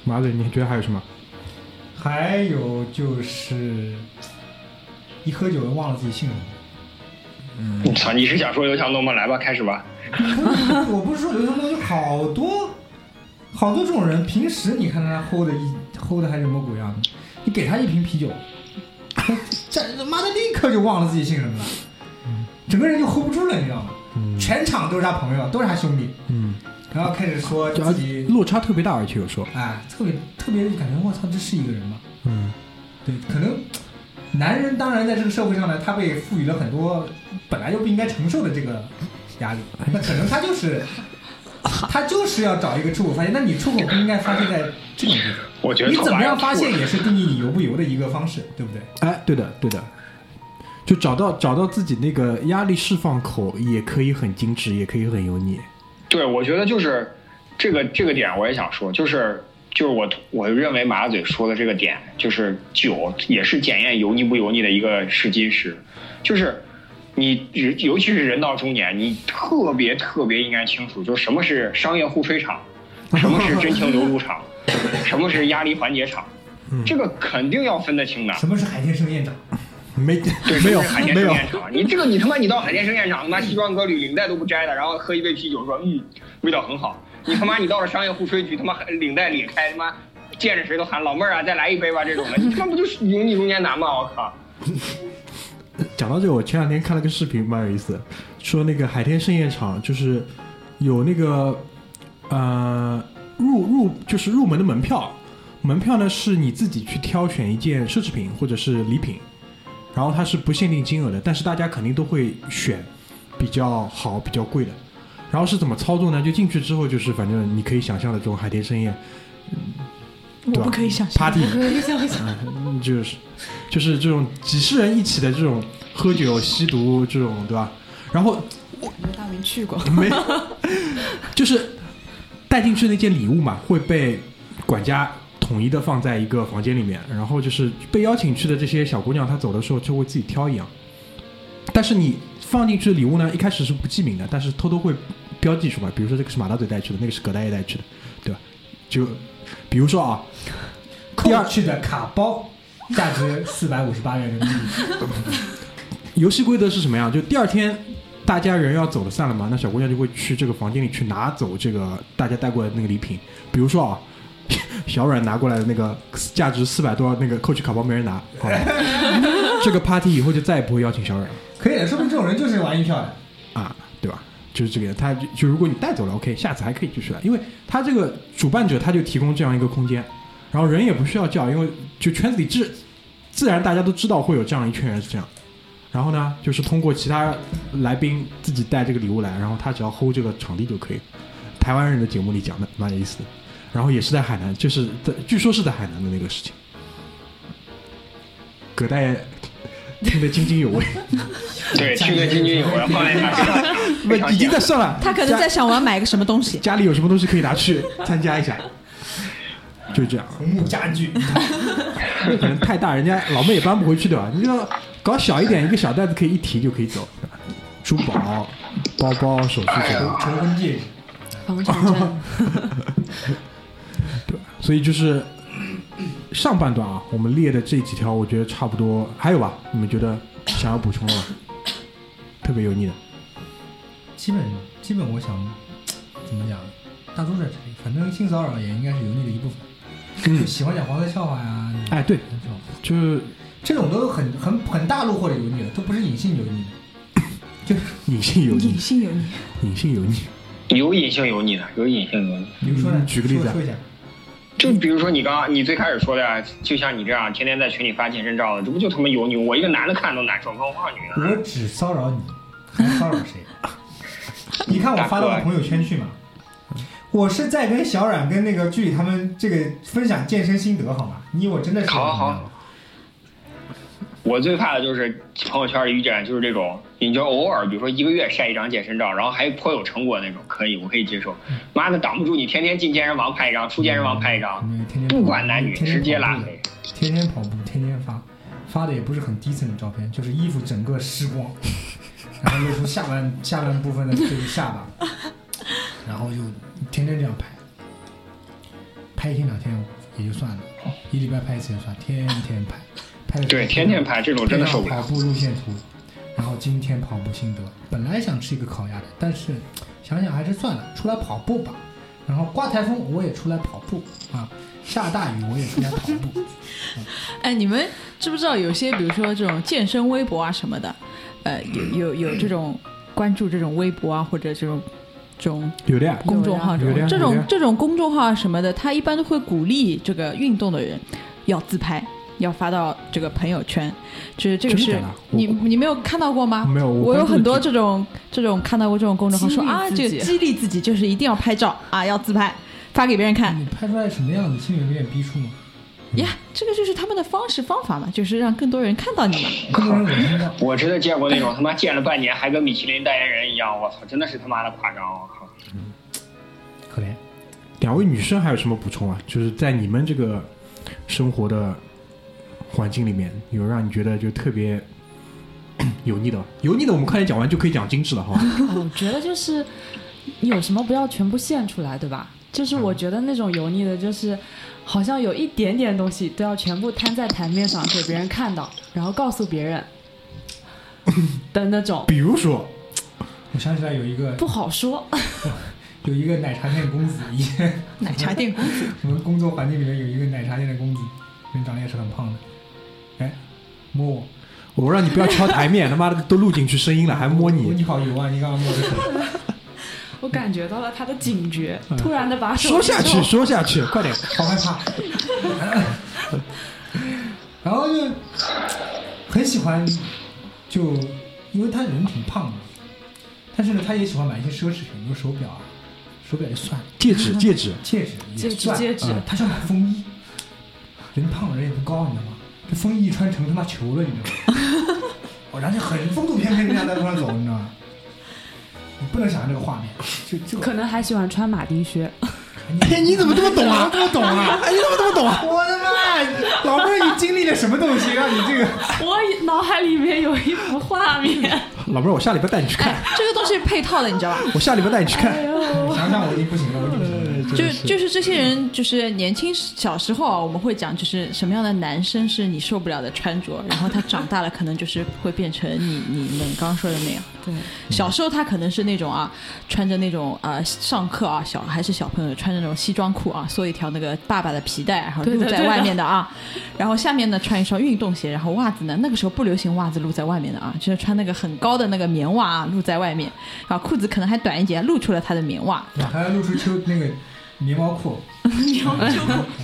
S1: 马嘴，你觉得还有什么？
S4: 还有就是，一喝酒忘了自己姓什么。
S1: 嗯
S5: 我操！你是想说刘强东吗？来吧，开始吧。
S4: 我不是说刘强东，就好多好多这种人，平时你看他齁的一齁的还人模狗样的，啊你给他一瓶啤酒， 他这他妈的立刻就忘了自己姓什么了，整个人就 hold 不住了，你知道吗？
S1: 嗯
S4: 全场都是他朋友，都是他兄弟，
S1: 嗯，
S4: 然后开始说
S1: 就而
S4: 自己，
S1: 落差特别大，而且有时候，
S4: 哎，特别特别感觉我操，这是一个人吗？
S1: 嗯，
S4: 对，可能男人当然在这个社会上呢，他被赋予了很多本来就不应该承受的这个压力，那可能他就是他就是要找一个出口发泄，那你出口不应该发泄在这种地方，
S5: 我觉得
S4: 你
S5: 走
S4: 怎
S5: 吧
S4: 么样
S5: 要
S4: 发
S5: 吐
S4: 泄
S5: 了
S4: 也是定义你油不油的一个方式，对不对？
S1: 哎，对的对的，就找到找到自己那个压力释放口，也可以很精致，也可以很油腻。
S5: 对，我觉得就是这个这个点，我也想说，就是就是我我认为马大嘴说的这个点，就是酒也是检验油腻不油腻的一个试金石，就是你人尤其是人到中年，你特别特别应该清楚，就什么是商业互吹场，什么是真情流露场，什么是压力缓解场，这个肯定要分得清的。
S4: 什么是海天盛宴掌？
S1: 没
S5: 对，
S1: 没有
S5: 海天
S1: 没
S5: 盛
S1: 有，
S5: 宴场，你这个你他妈你到海天盛宴场，他妈西装革履领带都不摘的，然后喝一杯啤酒说嗯味道很好，你他妈你到了商业互吹局他妈领带裂开他妈见着谁都喊老妹儿啊再来一杯吧这种的，你他妈不就是油腻中年男吗？我靠！
S1: 讲到这个，我前两天看了个视频，蛮有意思的，说那个海天盛宴场就是有那个呃入入就是入门的门票，门票呢是你自己去挑选一件奢侈品或者是礼品，然后它是不限定金额的，但是大家肯定都会选比较好、比较贵的。然后是怎么操作呢？就进去之后，就是反正你可以想象的这种海天盛宴
S3: 我
S1: 对吧啊
S3: 不可以想象，
S1: party，
S6: 可以想象。
S1: 嗯就是就是这种几十人一起的这种喝酒吸毒这种，对吧？然后
S6: 我大明去过，
S1: 没，就是带进去那件礼物嘛，会被管家统一的放在一个房间里面，然后就是被邀请去的这些小姑娘，她走的时候就会自己挑一样。但是你放进去的礼物呢，一开始是不记名的，但是偷偷会标记出来，比如说这个是马大嘴带去的，那个是葛大爷带去的，对吧？就比如说啊，
S4: 扣
S1: 第二
S4: 去的卡包，价值四百五十八元人民币。
S1: 游戏规则是什么样？就第二天大家人要走了散了嘛，那小姑娘就会去这个房间里去拿走这个大家带过来的那个礼品，比如说啊。小阮拿过来的那个价值四百多那个 Coach 卡包没人拿， 好吧这个 party 以后就再也不会邀请小阮了
S4: 可以的，说明这种人就是玩一票的。
S1: 啊，对吧？就是这个，他就就如果你带走了，OK，下次还可以继续来，因为他这个主办者他就提供这样一个空间，然后人也不需要叫，因为就圈子里自自然大家都知道会有这样一群人是这样，然后呢，就是通过其他来宾自己带这个礼物来，然后他只要 hold 这个场地就可以。台湾人的节目里讲的蛮有意思的，然后也是在海南，就是在据说是在海南的那个事情，葛大爷听得津津有味，
S5: 对，听得津津有味，后来才知道
S1: 不已经在算了，
S2: 他可能在想我要买个什么东西。
S1: 家里有什么东西可以拿去参加一下，就这样。
S4: 红木家具，
S1: 那可能太大，人家老妹也搬不回去对吧？你要搞小一点，一个小袋子可以一提就可以走，珠宝、包包、首饰这种，
S4: 求婚戒指，
S6: 房产证。
S1: 对吧？所以就是上半段啊，我们列的这几条，我觉得差不多。还有吧？你们觉得想要补充的吗？特别油腻的，
S4: 基本基本我想怎么讲，大多数在这里，反正性骚扰也应该是油腻的一部分。就
S1: 嗯，
S4: 喜欢讲黄色笑话呀，那种
S1: 哎，对，
S4: 这种
S1: 就是
S4: 这种都很很很大陆或者油腻了，都不是隐性油腻的。
S1: 隐性油腻
S2: 隐，性有你，
S1: 隐性油腻。
S5: 有隐性有你的，有隐性有你。
S4: 比如说呢，
S1: 嗯举个例子啊
S4: 说说一下，
S5: 就比如说你刚刚你最开始说的，就像你这样天天在群里发健身照的，这不就他妈油腻？我一个男的看都难受，更何况女的呢？
S4: 我只骚扰你，还骚扰 谁？你看我发到朋友圈去嘛，我是在跟小冉跟那个剧里他们这个分享健身心得好吗？你以为我真的是
S5: 好好
S4: 嗯
S5: 好我最怕的就是朋友圈遇见就是这种，你就偶尔比如说一个月晒一张健身照，然后还颇有成果那种，可以，我可以接受。
S4: 嗯
S5: 妈的，挡不住你天天进健身房拍一张，出健身房拍一张，
S4: 嗯，天天
S5: 不管男女
S4: 天天
S5: 直接拉
S4: 跑步
S5: 黑。
S4: 天天跑步，天天发，发的也不是很 decent 的照片，就是衣服整个湿光，然后露出下半下半部分的这个下巴，然后就天天这样拍，拍一天两天也就算了，一礼拜拍一次也算，天天拍，拍的
S5: 对，天天拍这种真的受不了。
S4: 跑步路线图，然后今天跑步心得，本来想吃一个烤鸭的，但是想想还是算了，出来跑步吧。然后刮台风我也出来跑步啊，下大雨我也出来跑步。
S3: 哎，你们知不知道有些，比如说这种健身微博啊什么的，呃，有有有这种关注这种微博啊，或者这种这种
S1: 有的呀，
S3: 公众号这
S1: 有的呀
S3: 种这
S1: 有的
S3: 种
S1: 呀
S3: 这种公众号啊什么的，他一般都会鼓励这个运动的人要自拍，要发到这个朋友圈，就是这个
S1: 真
S3: 是
S1: 的假的我
S3: 你你没有看到过吗？
S1: 没有我
S3: 我有
S1: 关注
S3: 很多
S1: 几
S3: 这种这种看到过这种公众号
S6: 激
S3: 说
S6: 励
S3: 啊，
S6: 自
S3: 这
S6: 己
S3: 个激励自己就是一定要拍照啊，要自拍发给别人看。
S4: 你拍出来什么样子，心里有点逼数吗？
S3: 呀，这个就是他们的方式方法嘛，就是让更多人看到你嘛。
S4: 更多人恶心到，
S5: 我真的见过那种他妈见了半年还跟米其林代言人一样，我操，真的是他妈的夸张，我靠！
S4: 可怜。
S1: 两位女生还有什么补充啊？就是在你们这个生活的环境里面，有让你觉得就特别油腻的吗？油腻的，我们快点讲完就可以讲精致了哈。
S6: 哦，我觉得就是你有什么不要全部献出来，对吧？就是我觉得那种油腻的，就是好像有一点点东西都要全部摊在台面上给别人看到，然后告诉别 人的那 种，
S1: 比如说，
S4: 我想起来有一个
S6: 不好说。
S4: 有一个奶茶店公子，以前
S2: 奶茶店公子，
S4: 我们工作环境里面有一个奶茶店的公子，人长得也是很胖的。哎，摸我，
S1: 我让你不要敲台面，他妈的都录进去声音了，还摸
S4: 我
S1: 你。
S4: 你好油啊！你干嘛摸我的手？
S6: 我感觉到了他的警觉
S1: 嗯，
S6: 突然的把手
S1: 说下
S6: 一
S1: 去，
S6: 收
S1: 说下去，快点！
S4: 好害怕。 然后就很喜欢，就因为他人挺胖的，但是呢，他也喜欢买一些奢侈品，比如手表啊，手表也算了，
S1: 戒指，戒指，
S4: 戒指也
S6: 戒指
S4: 算，
S6: 戒指
S4: 嗯他想买风衣，人胖人也不高，你知道吗？这风衣一穿成他妈球了，你知道吗？ 我然后就很风度翩翩地这样在路上走，你知道吗？你不能想象这个画面，就这个，
S6: 可能还喜欢穿马 丁靴，
S1: 哎，你怎么这么懂啊？这么懂啊？哎，你怎么这么懂啊？
S4: 我的妈！老妹儿，你经历了什么东西，让你这 个？
S6: 我脑海里面有一幅画 面。
S1: 老妹儿，我下礼拜带你去看，
S3: 这个都是配套的，你知道吧？
S1: 我下礼拜带你去看。
S4: 我想想我已经不行了，我已经不行 了。
S3: 就就是这些人，就是年轻时小时候啊，我们会讲，就是什么样的男生是你受不了的穿着，然后他长大了，可能就是会变成你你们刚刚说的那样。
S6: 对，
S3: 小时候他可能是那种啊，穿着那种呃上课啊，小还是小朋友穿着那种西装裤啊，缩一条那个爸爸的皮带，然后
S6: 对的
S3: 露在
S6: 对的
S3: 外面的啊，然后下面呢穿一双运动鞋，然后袜子呢那个时候不流行袜子露在外面的啊，就是穿那个很高的那个棉袜啊露在外面，啊裤子可能还短一截，露出了他的棉袜，
S4: 我还要露出秋那个棉毛 裤，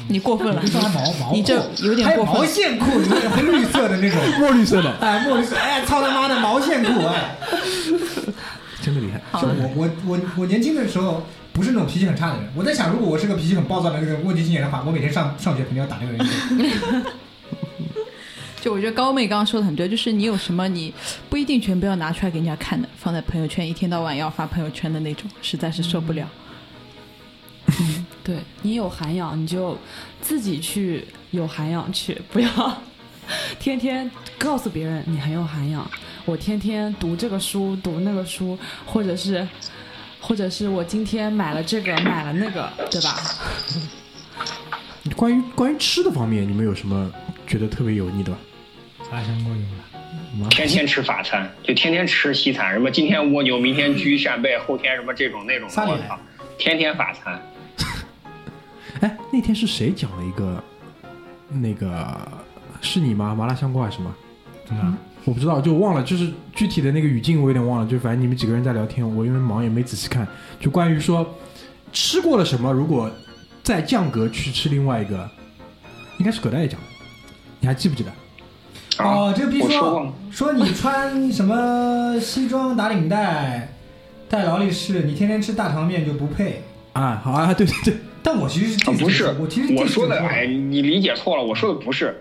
S3: 你过分了
S4: 不。是
S6: 嗯
S4: 毛毛裤，
S3: 你这有点
S4: 还有
S3: 过分
S4: 毛线裤，有点绿色的那种，
S1: 墨绿色的，
S4: 哎，墨绿色，哎，操他妈的毛线裤，哎。
S1: 真的厉害。
S4: 是我我我我年轻的时候不是那种脾气很差的人。我在想，如果我是个脾气很暴躁的那个问题青年的话，我每天上上学肯定要打这个人一顿。
S3: 就我觉得高妹刚刚说的很对，就是你有什么你不一定全部要拿出来给人家看的，放在朋友圈一天到晚要发朋友圈的那种，实在是受不了。
S6: 对你有涵养，你就自己去有涵养去，不要 天天告诉别人你很有涵养。我天天读这个书，读那个书，或者是，或者是我今天买了这个，买了那个，对吧？
S1: 关于关于吃的方面，你们有什么觉得特别油腻的吗？
S4: 发生过有 了，
S1: 吗
S5: 天天吃法餐，就天天吃西餐，什么今天蜗牛，明天居扇贝，后天什么这种那种的，
S4: 撒
S5: 我
S4: 脸
S5: 操，天天法餐。
S1: 哎，那天是谁讲了一个，那个是你吗？麻辣香锅还是什么？
S4: 啊，
S1: 我不知道，就忘了，就是具体的那个语境我有点忘了，就反正你们几个人在聊天，我因为忙也没仔细看，就关于说吃过了什么，如果再降格去吃另外一个，应该是葛大爷讲的，你还记不记得？
S5: 啊
S4: 哦，这个必
S5: 我说过
S4: 说
S5: 吗
S4: 说你穿什么西装打领带，戴劳力士，你天天吃大肠面就不配。
S1: 啊，好啊，对对 对，
S4: 但我其实是这
S5: 啊
S4: 个、
S5: 不是
S4: 我其实这
S5: 我
S4: 个
S5: 说的，
S4: 这个
S5: 哎，你理解错了，我说的不是，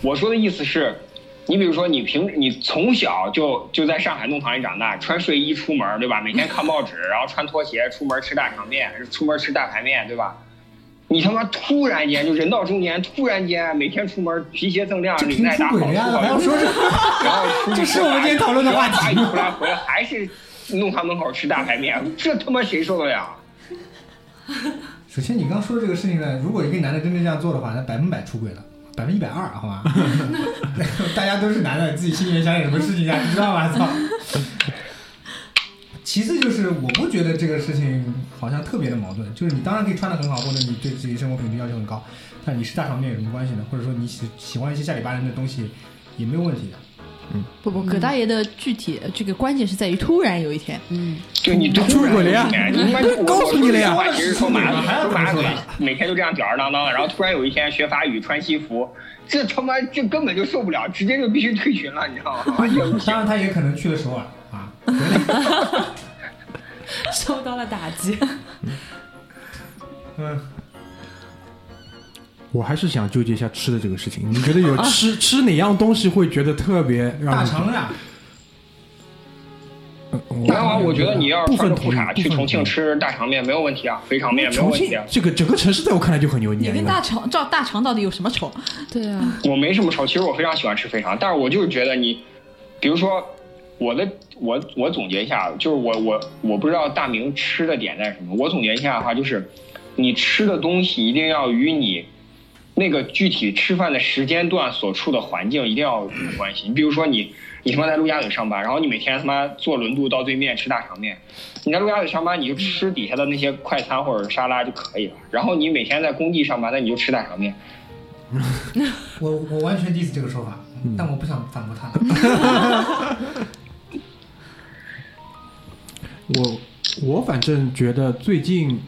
S5: 我说的意思是，你比如说你平你从小就就在上海弄堂里长大，穿睡衣出门对吧？每天看报纸，然后穿拖鞋出门吃大肠面，出门吃大排面对吧？你他妈突然间就人到中年，突然间每天出门皮鞋锃亮，
S4: 这
S5: 领
S4: 平
S5: 带
S4: 出
S5: 打
S4: 轨
S5: 好，
S4: 了呀
S5: 梳，好
S4: 还要
S5: 油
S4: 说是
S5: 然后出去
S4: 这是我们今天讨论的话题
S5: 然后出来回来还是弄堂门口吃大排面，这他妈谁受得了？
S4: 首先，你刚说这个事情呢，如果一个男的真正这样做的话，他百分百出轨了，百分之一百二，好吗？ 大家都是男的，自己心里面想点什么事情呀、你知道吗？操！其次就是，我不觉得这个事情好像特别的矛盾，就是你当然可以穿的很好，或者你对自己生活品质要求很高，但你吃大肠面有什么关系呢？或者说你喜喜欢一些下里巴人的东西也没有问题的。
S3: 不不，葛大爷的具体这个关键是在于突然有一天，
S6: 嗯，
S5: 就你哎
S1: 出轨了呀
S5: 你他妈就
S1: 告诉你了呀
S5: 我说实话其实说麻
S4: 还
S5: 子，
S4: 要
S5: 说麻
S4: 怎
S5: 子
S4: 么说呀，
S5: 每天就这样吊儿郎当的，然后突然有一天学法语穿西服，这他妈这根本就受不了，直接就必须退群了，你 知道吗？完全不行
S4: 当。然，他也可能去了首尔啊，
S6: 受到了打击。
S4: 嗯，
S1: 我还是想纠结一下吃的这个事情，你觉得有吃、吃哪样东西会觉得特别让
S4: 大
S1: 你
S4: 肠呀、
S1: 呃我
S5: 当啊然，我觉得你要
S1: 部
S5: 穿
S1: 分
S5: 着裤
S1: 同意
S5: 衩去
S1: 部分
S5: 重庆
S1: 同意
S5: 吃大肠面没有问题啊，肥肠面没有
S1: 重
S5: 问
S1: 庆
S5: 题啊。
S1: 这个整个城市在我看来就很油腻
S3: 你
S1: 啊，
S3: 跟
S1: 因为
S3: 大肠照大肠到底有什么仇？
S6: 对啊，
S5: 我没什么愁，其实我非常喜欢吃肥肠，但是我就是觉得你，比如说我的我我总结一下，啊就是我我我不知道大明吃的点在什么，我总结一下的话就是，你吃的东西一定要与你那个具体吃饭的时间段所处的环境一定要有关系。你比如说你你他妈在陆家嘴上班，然后你每天他妈坐轮渡到对面吃大肠面，你在陆家嘴上班你就吃底下的那些快餐或者是沙拉就可以了，然后你每天在工地上班，那你就吃大肠面。
S4: 我我完全 diss 这个说法，但我不想反驳他了。
S1: 我我反正觉得最近，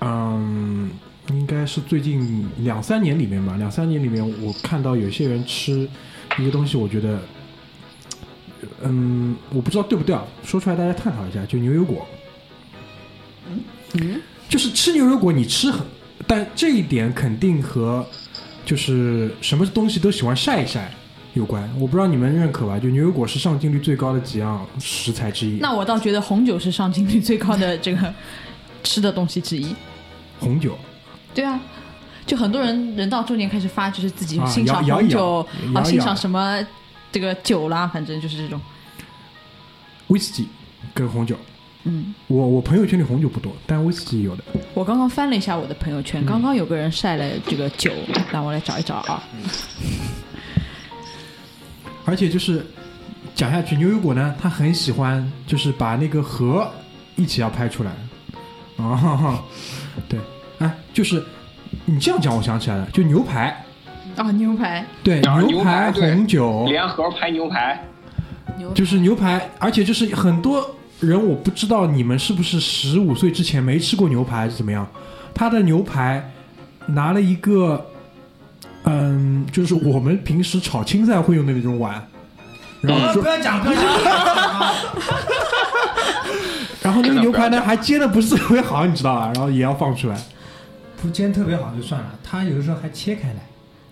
S1: 嗯，应该是最近两三年里面吧，两三年里面我看到有些人吃一个东西，我觉得，嗯，我不知道对不对，啊，说出来大家探讨一下，就牛油果。
S6: 嗯，
S1: 就是吃牛油果，你吃很，但这一点肯定和就是什么东西都喜欢晒一晒有关。我不知道你们认可吧？就牛油果是上镜率最高的几样食材之一。
S3: 那我倒觉得红酒是上镜率最高的这个 吃的东西之一。
S1: 红酒，
S3: 对啊，就很多人人到中年开始发，就是自己
S1: 啊
S3: 欣赏
S1: 摇
S3: 红酒
S1: 摇一摇摇一摇
S3: 啊，欣赏什么这个酒啦，反正就是这种。
S1: 威士忌跟红酒。
S3: 嗯，
S1: 我我朋友圈里红酒不多，但威士忌有的。
S3: 我刚刚翻了一下我的朋友
S1: 嗯
S3: 圈，刚刚有个人晒了这个酒，让我来找一找啊。
S1: 而且就是讲下去，牛油果呢，他很喜欢就是把那个核一起要拍出来。哦，对，哎，就是你这样讲，我想起来了，就牛排，
S3: 啊，牛排，
S1: 对，
S5: 啊牛
S1: 排、
S5: 排对
S1: 红酒，
S5: 联合拍牛排，
S3: 牛
S1: 就是牛排，而且就是很多人我不知道你们是不是十五岁之前没吃过牛排还是怎么样，他的牛排拿了一个，嗯，就是我们平时炒青菜会用的那种碗，然后
S4: 啊
S1: 说，
S4: 不要讲，不要讲，
S1: 然后那个
S5: 真的
S1: 牛
S5: 不要
S1: 排呢
S5: 讲
S1: 还煎的不是特别好，你知道吧？然后也要放出来，
S4: 不煎特别好就算了，他有的时候还切开来，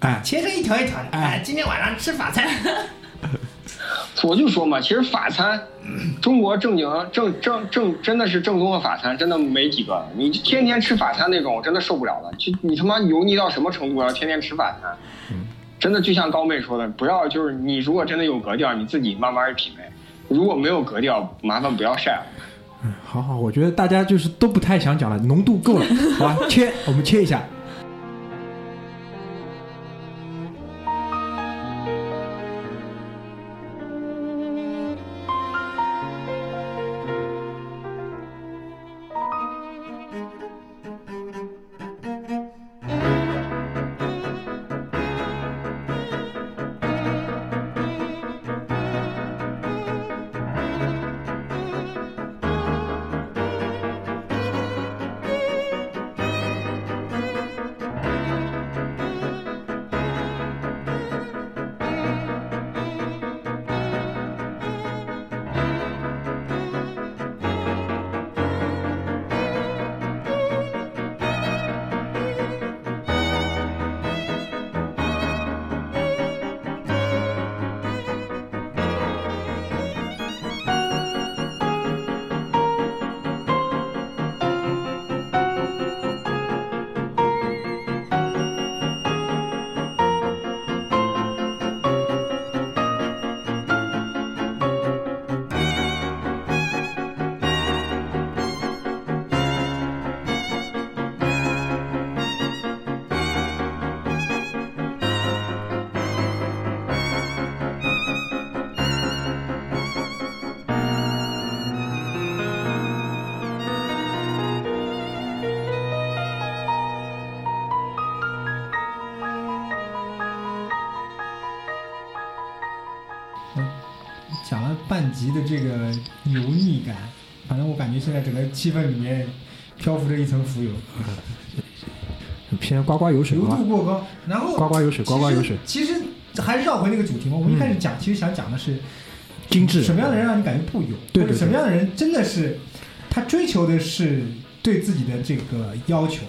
S1: 哎，
S4: 切成一条一条的。
S1: 哎
S4: 哎，今天晚上吃法餐，
S5: 我就说嘛，其实法餐，
S1: 嗯
S5: 中国正经正正正真的是正宗的法餐，真的没几个。你天天吃法餐那种，我真的受不了了。就你他妈油腻到什么程度了？天天吃法餐，
S1: 嗯
S5: 真的就像高妹说的，不要就是你如果真的有格调，你自己慢慢品味。如果没有格调，麻烦不要晒了。
S1: 好好，我觉得大家就是都不太想讲了，浓度够了，好吧？切，我们切一下。
S4: 讲了半集的这个油腻感，反正我感觉现在整个气氛里面漂浮着一层浮油，
S1: 偏刮刮油水，
S4: 油
S1: 好吧
S4: 度？过高。然后
S1: 刮刮油水，刮刮油水，嗯
S4: 其实其实还是绕回那个主题嘛。我们一开始讲，其实想讲的是
S1: 精致。
S4: 什么样的人让你感觉不油，
S1: 对对
S4: 或
S1: 对
S4: 者什么样的人真的是他追求的是对自己的这个要求，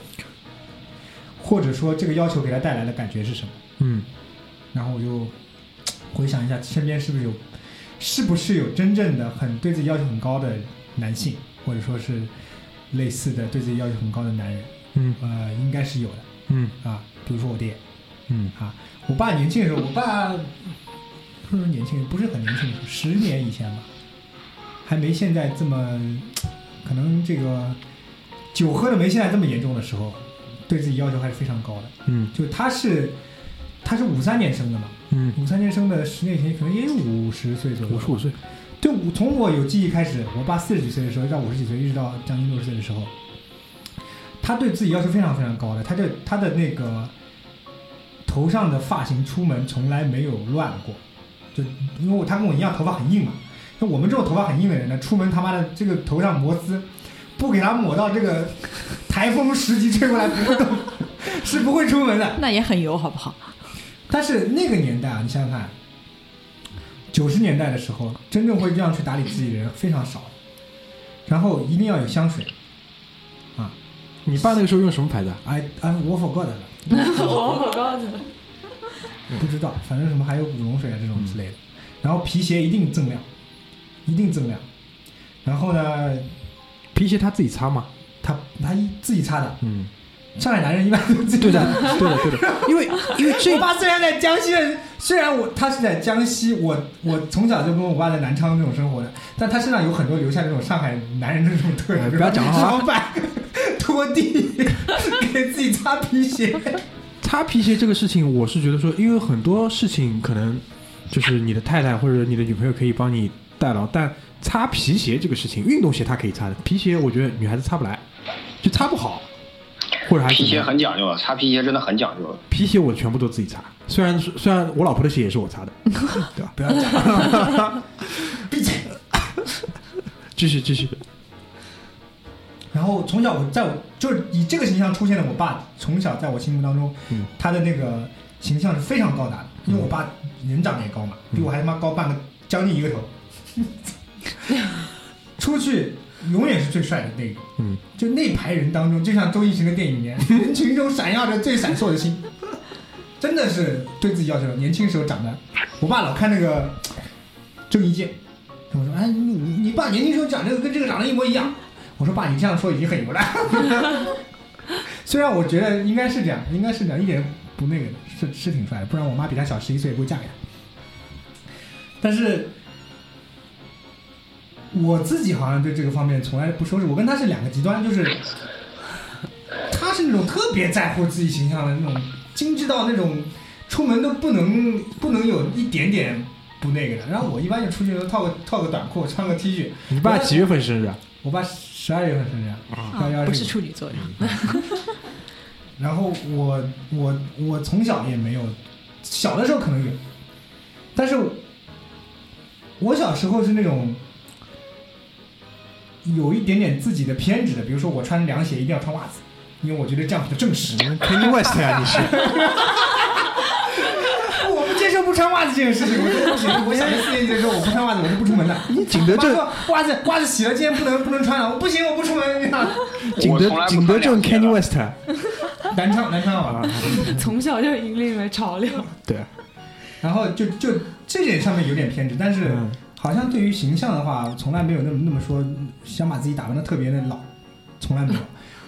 S4: 或者说这个要求给他带来的感觉是什么？
S1: 嗯，
S4: 然后我就回想一下身边是不是有，是不是有真正的很对自己要求很高的男性，或者说是类似的对自己要求很高的男人，
S1: 嗯
S4: 呃，应该是有的
S1: 嗯
S4: 啊。比如说我爹，
S1: 嗯
S4: 啊，我爸年轻的时候，我爸不是说年轻人，不是很年轻的时候，十年以前吧，还没现在这么，可能这个酒喝的没现在这么严重的时候，对自己要求还是非常高的。
S1: 嗯
S4: 就他是他是五三年生的嘛，
S1: 嗯，
S4: 五三年生的十年前可能也有五十岁左右，
S1: 五十五。岁，
S4: 对，我从我有记忆开始，我爸四十几岁的时候到五十几岁，一直到将近六十岁的时候，他对自己要求非常非常高的，他对他的那个头上的发型出门从来没有乱过，就因为我他跟我一样头发很硬嘛，那我们这种头发很硬的人呢，出门他妈的这个头上摩丝，不给他抹到这个 台风十级吹过来不会动，是不会出门的。
S3: 那也很油，好不好？
S4: 但是那个年代啊，你想想看，九十年代的时候，真正会这样去打理自己的人非常少，然后一定要有香水。
S1: 你爸那个时候用什么牌子啊？
S4: 哎哎，我 forgot 了，
S6: 我告诉你，
S4: 不知道，反正什么还有古龙水啊这种之类的。
S1: 嗯
S4: 然后皮鞋一定锃亮，一定锃亮。然后呢，
S1: 皮鞋他自己擦吗？
S4: 他他一自己擦的，
S1: 嗯，
S4: 上海男人一般都自己
S1: 对
S4: 擦
S1: 的。，对的，对的，因为因为这
S4: 我爸虽然在江西的，虽然我他是在江西，我我从小就跟我爸在南昌这种生活的，但他身上有很多留下这种上海男人的这种特
S1: 哎
S4: 质。
S1: 不要讲了 好吧
S4: 老板拖地，给自己擦皮鞋。
S1: 擦皮鞋这个事情，我是觉得说，因为很多事情可能就是你的太太或者你的女朋友可以帮你代劳，但擦皮鞋这个事情，运动鞋她可以擦的，皮鞋我觉得女孩子擦不来，就擦不好，或者还是
S5: 皮
S1: 怎么
S5: 鞋
S1: 样
S5: 很讲究的，擦皮鞋真的很讲究的。
S1: 皮鞋我全部都自己擦，虽然虽然我老婆的鞋也是我擦的， 对 吧？不要讲，
S4: 闭嘴。
S1: 继续继续，
S4: 然后从小我在我就是以这个形象出现的我爸，从小在我心目当中，
S1: 嗯
S4: 他的那个形象是非常高大的，因为我爸人长得也高嘛，比我还他妈高半个将近一个头， 出去永远是最帅的那个，
S1: 嗯，
S4: 就那排人当中，就像周星驰的电影里面，人群中闪耀着最闪烁的星，真的是对自己要求，年轻时候长得，我爸老看那个郑伊健，我说哎，你你你爸年轻时候长这个跟这个长得一模一样。我说爸，你这样说已经很油了。虽然我觉得应该是这样，应该是这样，一点不那个的，是是挺帅的。不然我妈比他小十一岁，也不会嫁给他。但是我自己好像对这个方面从来不收拾。我跟他是两个极端，就是他是那种特别在乎自己形象的那种，精致到那种出门都不能不能有一点点不那个的。然后我一般就出去的时候套个套个短裤，穿个 T 恤，
S1: 你爸几月份生日啊？
S4: 我爸十二月份生日啊，
S2: 啊
S4: 幺幺
S2: 不是处女座人，
S4: 然后我我我从小也没有，小的时候可能有，但是我我小时候是那种有一点点自己的偏执的，比如说我穿凉鞋一定要穿袜子，因为我觉得这样比较正式。
S1: Kanye West 呀，你是
S4: 我不接受不穿袜子这件事情，我说不行。我小学四年级的时候，我不穿袜子，我是不出门的。
S1: 你景德镇
S4: 我妈说袜子袜子洗了，今天不能不能穿了。我不行，我不出门。
S1: 景
S5: 我从
S1: 德
S5: 来不
S1: 景德镇 Kanye
S5: 穿凉鞋
S1: West
S4: 南昌南昌啊
S1: 啊，，
S6: 从小就引领了潮流。
S1: 对，
S4: 然后就就这点上面有点偏执，但是。
S1: 嗯
S4: 好像对于形象的话，从来没有那么那么说，想把自己打扮的特别的老，从来 没有。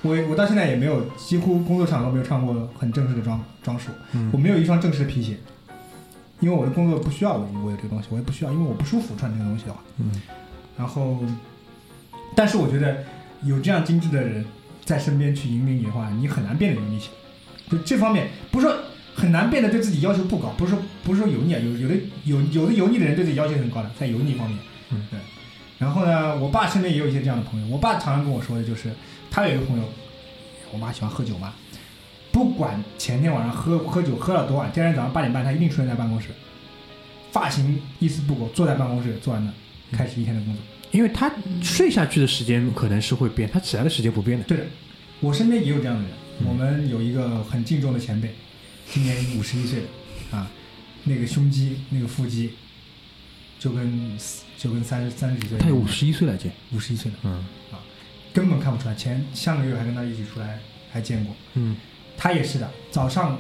S4: 我我到现在也没有，几乎工作场合没有穿过很正式的装装束，我
S1: 嗯，
S4: 没有一双正式的皮鞋，因为我的工作不需要我我有这个东西，我也不需要，因为我不舒服穿这个东西的话。
S1: 嗯。
S4: 然后，但是我觉得有这样精致的人在身边去引领你的话，你很难变得油腻起来。就这方面，不是说很难变得对自己要求不高，不是说不是说油腻啊，有有的有有的油腻的人对自己要求很高的，在油腻方面，
S1: 嗯
S4: 对。然后呢，我爸身边也有一些这样的朋友，我爸常常跟我说的就是，他有一个朋友，我妈喜欢喝酒嘛，不管前天晚上喝喝酒喝了多晚，第二天早上八点半他一定出现在办公室，发型一丝不苟，坐在办公室坐在那，开始一天的工作。
S1: 因为他睡下去的时间可能是会变，他起来的时间不变的。
S4: 对的，我身边也有这样的人。
S1: 嗯
S4: 我们有一个很敬重的前辈，今年五十一岁了啊，那个胸肌、那个腹肌，就跟就跟三十三十几岁的
S1: 他有五十一岁了，姐，
S4: 五十一岁了，
S1: 嗯
S4: 根本看不出来。前上个月还跟他一起出来还见过，
S1: 嗯
S4: 他也是的。早上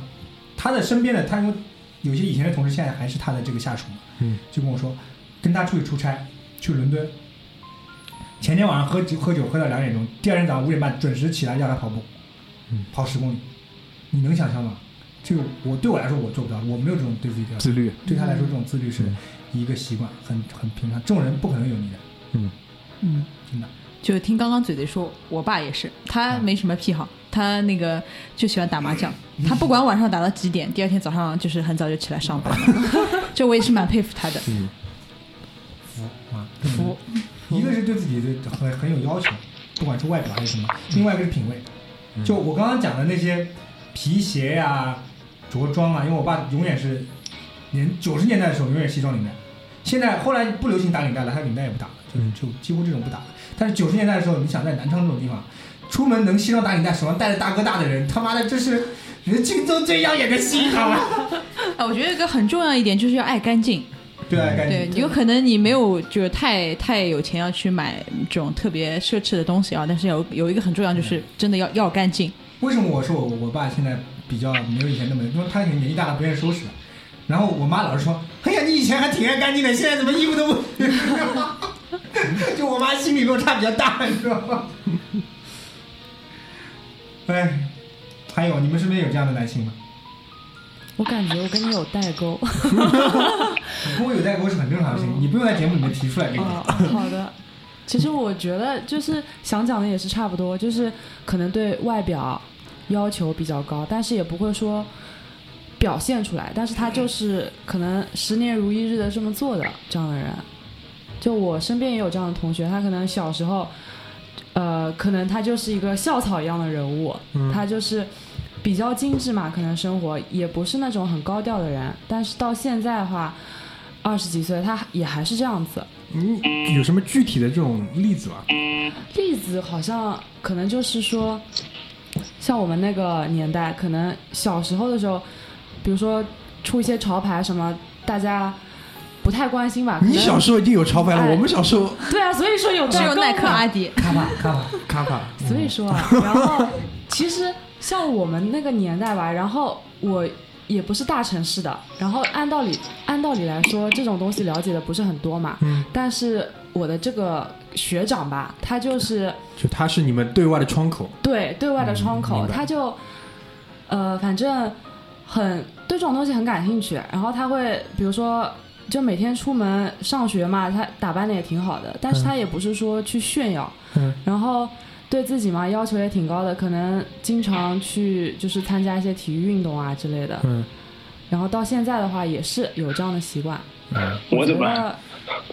S4: 他的身边的他因为有些以前的同事现在还是他的这个下属嘛，
S1: 嗯，
S4: 就跟我说，跟他出去出差，去伦敦。前天晚上喝酒喝酒喝到两点钟，第二天早上五点半准时起来让他跑步，
S1: 嗯
S4: 跑十公里，你能想象吗？这个我对我来说我做不到，我没有这种对自己的要求，
S1: 自律，
S4: 对他来说这种自律是一个习惯，很很平常，这种人不可能有你的，
S1: 嗯，
S2: 嗯，
S4: 真的。
S3: 就听刚刚嘴嘴说，我爸也是，他没什么癖好，他那个就喜欢打麻将，
S1: 嗯
S3: 他不管晚上打到几点，第二天早上就是很早就起来上班了， 就我也是蛮佩服他的。
S1: 嗯
S4: 服啊，服。一个是对自己的很很有要求，不管是外表还是什么，另外一个是品味。就我刚刚讲的那些皮鞋呀、着装啊，因为我爸永远是年九十年代的时候永远西装领带，现在后来不流行打领带了，他领带也不打了，
S1: 嗯
S4: 就就几乎这种不打了。但是九十年代的时候，你想在南昌这种地方，出门能西装打领带，手上戴着大哥大的人，他妈的这是人群中最耀眼的星，好吗？
S3: 啊，我觉得一个很重要一点就是要爱干净，
S4: 对啊，
S1: 哎
S4: 感觉
S3: 对，有可能你没有就是太太有钱要去买这种特别奢侈的东西啊，但是有有一个很重要
S1: 嗯
S3: 就是真的要要干净，
S4: 为什么我说我我爸现在比较没有以前那么，因为他年纪大了不愿意收拾了。然后我妈老是说：“哎呀，你以前还挺爱干净的，现在怎么衣服都不…… 就我妈心理落差比较大，你知道吗？” 哎，还有你们身边有这样的男性吗？
S6: 我感觉我跟你有代沟。
S4: 跟我有代沟是很正常的事情，你不用在节目里面提出来这个点。
S6: 哦，好的。其实我觉得就是想讲的也是差不多，就是可能对外表要求比较高，但是也不会说表现出来，但是他就是可能十年如一日的这么做的这样的人。就我身边也有这样的同学，他可能小时候，呃，可能他就是一个校草一样的人物，
S1: 嗯
S6: 他就是比较精致嘛，可能生活也不是那种很高调的人，但是到现在的话，二十几岁他也还是这样子。
S1: 你有什么具体的这种例子吗？
S6: 例子好像可能就是说，像我们那个年代，可能小时候的时候，比如说出一些潮牌什么，大家不太关心吧。可能
S1: 你小时候已经有潮牌了，
S6: 哎
S1: 我们小时候
S6: 对啊，所以说有
S3: 只
S6: 代
S3: 有
S6: 购
S3: 耐克、
S6: 嘛
S3: 阿迪。
S4: 卡吧卡吧，
S1: 卡卡，
S6: 所以说 啊，然后其实像我们那个年代吧，然后我也不是大城市的，然后按道理按道理来说，这种东西了解的不是很多嘛。
S1: 嗯，
S6: 但是我的这个学长吧，他就是
S1: 就他是你们对外的窗口，
S6: 对对外的窗
S1: 嗯
S6: 口，
S1: 明白
S6: 他就呃，反正很对这种东西很感兴趣，然后他会比如说。就每天出门上学嘛，他打扮的也挺好的，但是他也不是说去炫耀，
S1: 嗯
S6: 然后对自己嘛要求也挺高的，可能经常去就是参加一些体育运动啊之类的，
S1: 嗯
S6: 然后到现在的话也是有这样的习惯。
S1: 嗯，
S5: 我怎
S6: 觉
S5: 么
S6: 得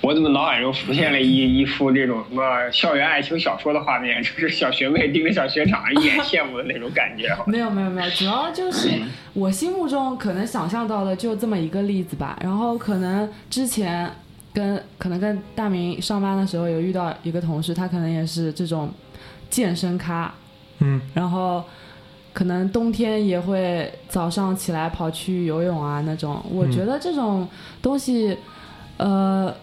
S5: 我怎么脑海中浮现了一一幅这种什么校园爱情小说的画面，就是小学妹盯着小学长 一眼羡慕的那种感觉。
S6: 没有没有没有，主要就是
S1: 嗯
S6: 我心目中可能想象到的就这么一个例子吧。然后可能之前跟可能跟大明上班的时候有遇到一个同事，他可能也是这种健身咖，
S1: 嗯，
S6: 然后可能冬天也会早上起来跑去游泳啊那种。我
S1: 嗯
S6: 觉得这种东西，呃。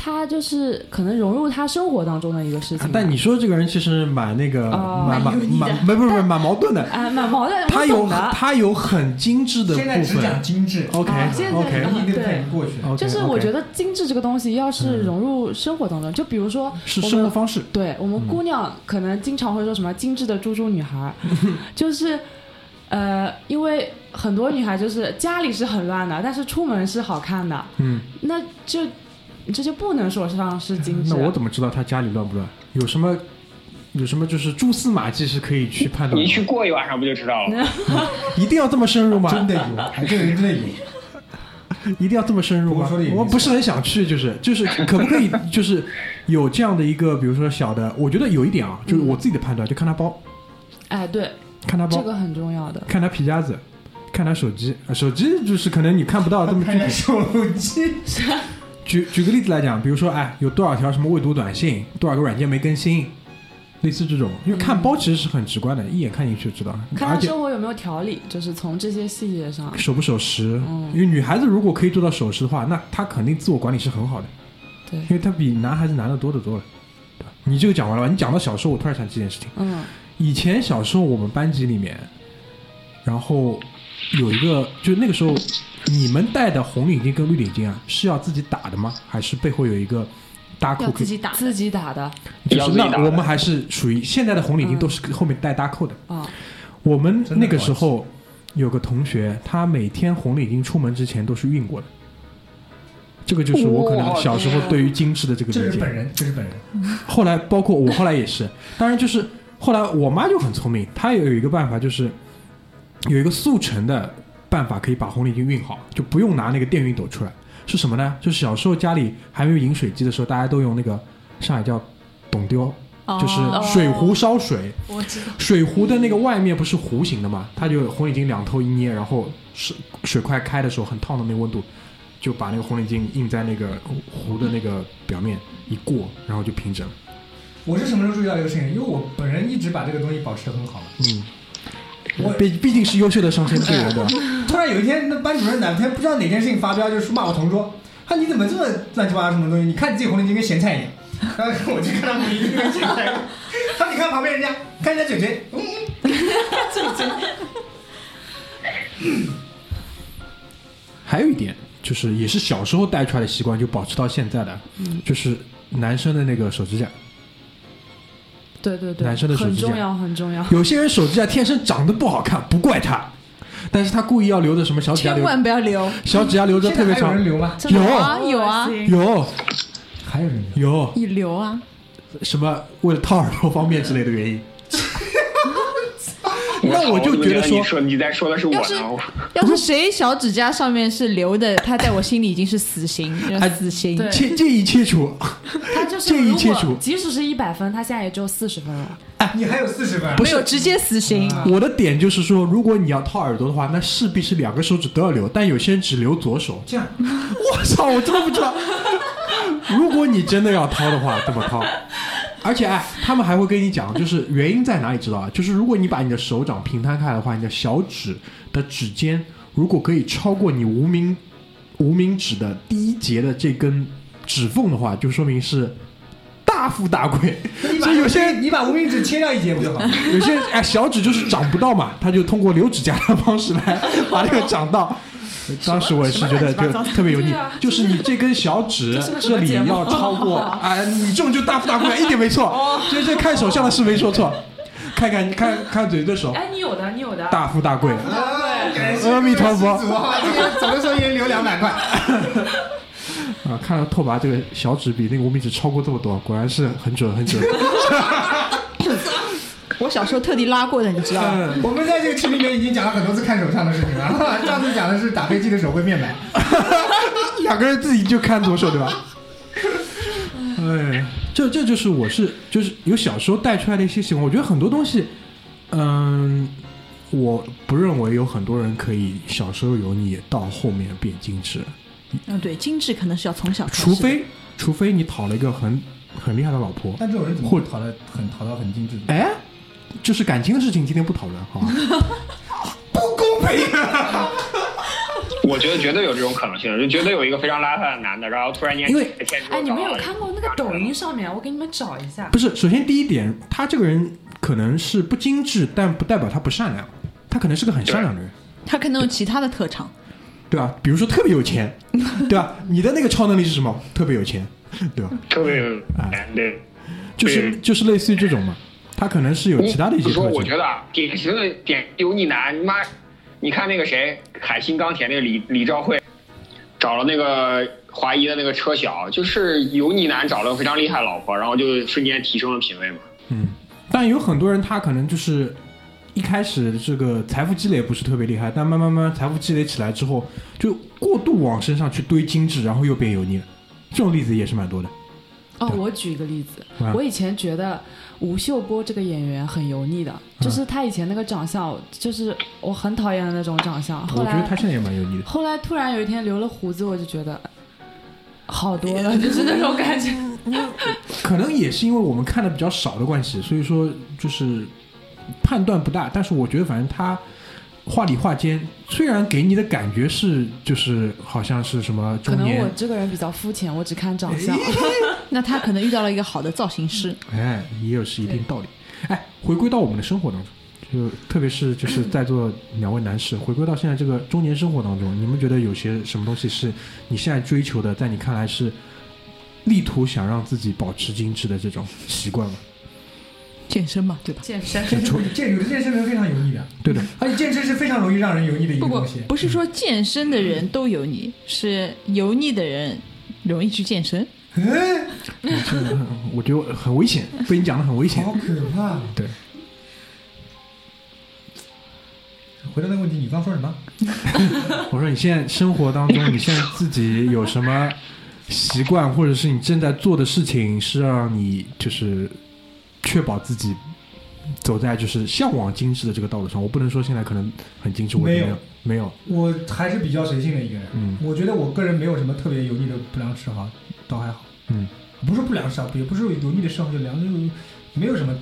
S6: 他就是可能融入他生活当中的一个事情吧，
S1: 啊但你说这个人其实蛮那个，
S6: 哦
S1: 蛮蛮
S3: 蛮油腻的
S1: 蛮，没不是不是蛮矛盾的，
S6: 啊蛮矛盾，
S1: 他
S6: 我
S1: 有
S6: 懂的
S1: 他有很精致的
S4: 现在
S1: 部
S4: 只讲
S1: 分
S4: 精致，
S1: ，OK
S6: 啊现在
S1: OK
S4: 油腻那个已经过去了。
S1: OK，嗯
S6: 就是我觉得精致这个东西，要是融入生活当中，就比如说
S1: 是
S6: 我
S1: 生活
S6: 们，
S1: 方式，
S6: 对我
S1: 嗯
S6: 们姑娘可能经常会说什么“精致的猪猪女 孩儿”，就是呃，因为很多女孩就是家里是很乱的，但是出门是好看的，
S1: 嗯，
S6: 那就这就不能说上是啊精致
S1: 那。我怎么知道他家里乱不乱？有什么有什么就是蛛丝马迹是可以去判断
S5: 你
S1: 的
S5: 去
S1: 吗？
S5: 过一晚上不就知道了？
S1: 一定要这么深入吗？
S4: 真的有，还这个人真的有。
S1: 一定要这么深入吗
S4: 我说的也？没
S1: 我不是很想去，就是就是可不可以就是有这样的一个，比如说小的，我觉得有一点啊，就是我自己的判断，就看他包，
S6: 哎，对，
S1: 看他包嗯
S6: 这，个很重要的。
S1: 看他皮夹子，看他手机，呃手机就是可能你看不哦到这么具
S4: 看
S1: 体。
S4: 手机，
S1: 举举个例子来讲，比如说，哎，有多少条什么未读短信，多少个软件没更新，类似这种，因为看包其实是很直观的，一眼看进去就知道，
S6: 看
S1: 而
S6: 他
S1: 且
S6: 生活有没有条理，就是从这些细节上。
S1: 守不守时，
S6: 嗯
S1: 因为女孩子如果可以做到守时的话，那她肯定自我管理是很好的，
S6: 对
S1: 因为她比男孩子难的多得多了。对吧你这个讲完了吧？你讲到小时候，我突然想起一件事情。
S6: 嗯
S1: 以前小时候我们班级里面，然后有一个，就那个时候你们戴的红领巾跟绿领巾啊，是要自己打的吗？还是背后有一个搭扣
S3: 要
S1: 可
S3: 自
S1: 以？
S3: 己打，
S6: 自己打的
S1: 就
S5: 要
S1: 是
S5: 自己打
S1: 那
S5: 的
S1: 我们还是属于现在的红领巾
S6: 嗯
S1: 都是后面带搭扣的。
S6: 啊，
S1: 我们
S4: 真
S1: 那
S4: 的
S1: 个时候有个同学，他每天红领巾出门之前都是熨过的。这个就是我可能小时候对于精致的这个
S4: 这
S1: 理
S4: 是
S1: 解
S4: 本。人，这是本人。
S1: 后来包括我后来也是，当然就是后来我妈就很聪明，她也有一个办法，就是有一个速成的办法可以把红领巾熨好，就不用拿那个电熨斗出来。是什么呢？就是小时候家里还没有饮水机的时候，大家都用那个上海叫董丢，就是水壶烧水。
S3: 哦我知道，
S1: 水壶的那个外面不是弧形的嘛，它就红领巾两头一捏，然后水水快开的时候很烫的那个温度，就把那个红领巾印在那个壶的那个表面一过，然后就平整了。
S4: 我是什么时候注意到这个事情？因为我本人一直把这个东西保持得很好。
S1: 嗯，
S4: 我
S1: 毕毕竟是优秀的上升队员的，
S4: 突然有一天，那班主任哪天不知道哪件事情发飙，就是骂我同桌，啊你怎么这么乱七八糟什么东西？你看你自己红领巾跟咸菜一样。 然后我就看他们一个跟咸菜一样，他说你看旁边人家，看人家嘴嘴，嗯，
S1: 还有一点就是也是小时候带出来的习惯，就保持到现在的，
S3: 嗯
S1: 就是男生的那个手指甲，
S6: 对对对，
S1: 男生的手
S6: 很
S1: 指甲
S6: 重要很重要。
S1: 有啊些人手指甲天生长得不好看，不怪他，但是他故意要留着什么小指甲
S3: 千
S1: 留，
S3: 万不要留。
S1: 小指甲留着
S4: 现
S1: 特
S4: 在
S1: 别
S4: 还有
S1: 长
S4: 人，留吗？
S1: 有
S3: 啊有啊，
S1: 有
S4: 还有人留。
S1: 有
S3: 你留啊，
S1: 什么为了掏耳朵方便之类的原因。 那我就觉得
S5: 你
S1: 说，
S5: 说你在说的是我
S3: 要是
S5: 呢，我
S3: 要 是谁小指甲上面是留的，他在我心里已经是死刑，就是死刑。
S6: 对
S1: 切建议切除。
S4: 啊
S6: 他就是
S1: 建议
S6: 如
S1: 切
S6: 果
S1: 除
S6: 即使是一百分，他现在也只有四十分了。
S4: 啊你还有四十分，
S3: 没有直接死刑，
S4: 啊
S1: 我的点就是说，如果你要掏耳朵的话，那势必是两个手指都要留，但有些人只留左手。
S4: 这样，
S1: 我操，我真的不知道。如果你真的要掏的话，怎么掏？而且哎，他们还会跟你讲，就是原因在哪里，知道啊？就是如果你把你的手掌平摊开来的话，你的小指的指尖如果可以超过你无名无名指的第一节的这根指缝的话，就说明是大富大贵。
S4: 你把
S1: 所以有些人
S4: 你把无名指切掉一截 不就好？了？
S1: 有些人哎小指就是长不到嘛，他就通过留指甲的方式 来把这个长到。当时我也是觉得就特别油腻
S6: 对啊，
S1: 就是你这根小指
S6: 这是
S1: 这
S6: 个
S1: 里
S6: 节目
S1: 要超 过，哎，你中就大富大贵，一点没
S6: 哦
S1: 错。所以这看手相的是没说错，看看看看嘴对手，
S6: 哎，你有的，你有的。
S1: 大富大贵。
S4: 啊感谢
S1: 阿弥陀佛
S4: 各位信徒啊今天怎么说也留两百块。
S1: 啊，看到拓跋这个小指比那个无名指超过这么多，果然是很准很 准。
S3: 我小时候特地拉过的，你知道吗？
S1: 嗯
S4: 我们在这个群里面已经讲了很多次看手相的事情了， 上次讲的是打飞机的手会面白。
S1: 两个人自己就看左手对吧？ 哎，这这就是我是就是有小时候带出来的一些习惯。我觉得很多东西，嗯，我不认为有很多人可以小时候油腻到后面变精致，
S3: 嗯，对，精致可能是要从小开始
S1: 除
S3: 的，
S1: 非除非你讨了一个很很厉害的老婆。
S4: 但这种人怎么会讨得很讨到很精致？
S1: 哎，就是感情的事情今天不讨论 好吧？
S4: 不公平！
S5: 我觉得绝对有这种可能性，就绝对有一个非常邋遢的男的，然后突然间
S1: 因为
S5: 天之后
S6: 哎，你们有
S5: 找到
S6: 看过那个抖音上面？我给你们找一下。
S1: 不是，首先第一点，他这个人可能是不精致，但不代表他不善良，他可能是个很善良的人。
S3: 他可能有其他的特长。
S1: 对吧？比如说特别有 钱，对吧？你的那个超能力是什么？特别有钱，对吧？
S5: 特别
S1: 嗯
S5: 有哎对。
S1: 就是
S5: 对
S1: 就是类似于这种嘛，他可能是有其他的一些
S5: 你不
S1: 特
S5: 说，我
S1: 征。
S5: 觉得啊，典型的典油腻男，你妈，你看那个谁，海信钢铁那个李李兆慧，找了那个华谊的那个车晓，就是油腻男找了个非常厉害的老婆，然后就瞬间提升了品味嘛。
S1: 嗯，但有很多人他可能就是一开始这个财富积累不是特别厉害，但慢慢慢慢财富积累起来之后，就过度往身上去堆精致，然后又变油腻了。这种例子也是蛮多的。
S6: 哦，我举一个例子
S1: 嗯，
S6: 我以前觉得吴秀波这个演员很油腻的，就是他以前那个长相，就是我很讨厌的那种长相。
S1: 我
S6: 后
S1: 觉得
S6: 来
S1: 他现在也蛮油腻的。
S6: 后来突然有一天留了胡子，我就觉得好多了，哎就是那种感觉。
S1: 可能也是因为我们看的比较少的关系，所以说就是判断不大。但是我觉得，反正他话里话间，虽然给你的感觉是就是好像是什么
S6: 可
S1: 中
S6: 能我
S1: 年，
S6: 这个人比较肤浅，我只看长相。
S3: 那他可能遇到了一个好的造型师，
S1: 哎，也有是一定道理。哎，回归到我们的生活当中。就特别是就是在座两位男士，回归到现在这个中年生活当中，你们觉得有些什么东西是你现在追求的，在你看来是力图想让自己保持精致的这种习惯吗？
S3: 健身嘛，对吧？
S6: 健身
S4: 这这有的健身人非常油腻的，
S1: 对的，
S4: 而且健身是非常容易让人油腻的一个
S3: 不不
S4: 东西，。
S3: 不是说健身的人都油腻，是油腻的人容易去健身。
S4: 哎，
S1: 我觉得很危险，被你讲的很危险
S4: 好。可怕！啊
S1: 对，
S4: 回到那个问题，你刚说什么？
S1: 我说你现在生活当中，你现在自己有什么习惯，或者是你正在做的事情，是让你就是确保自己走在就是向往精致的这个道路上？我不能说现在可能很精致，我
S4: 没有
S1: 没有，没有，
S4: 我还是比较随性的一个人，
S1: 嗯
S4: 我觉得我个人没有什么特别油腻的不良嗜好，倒还好。
S1: 嗯，
S4: 不是不良嗜好，也不是油腻的嗜好，就良就没有什么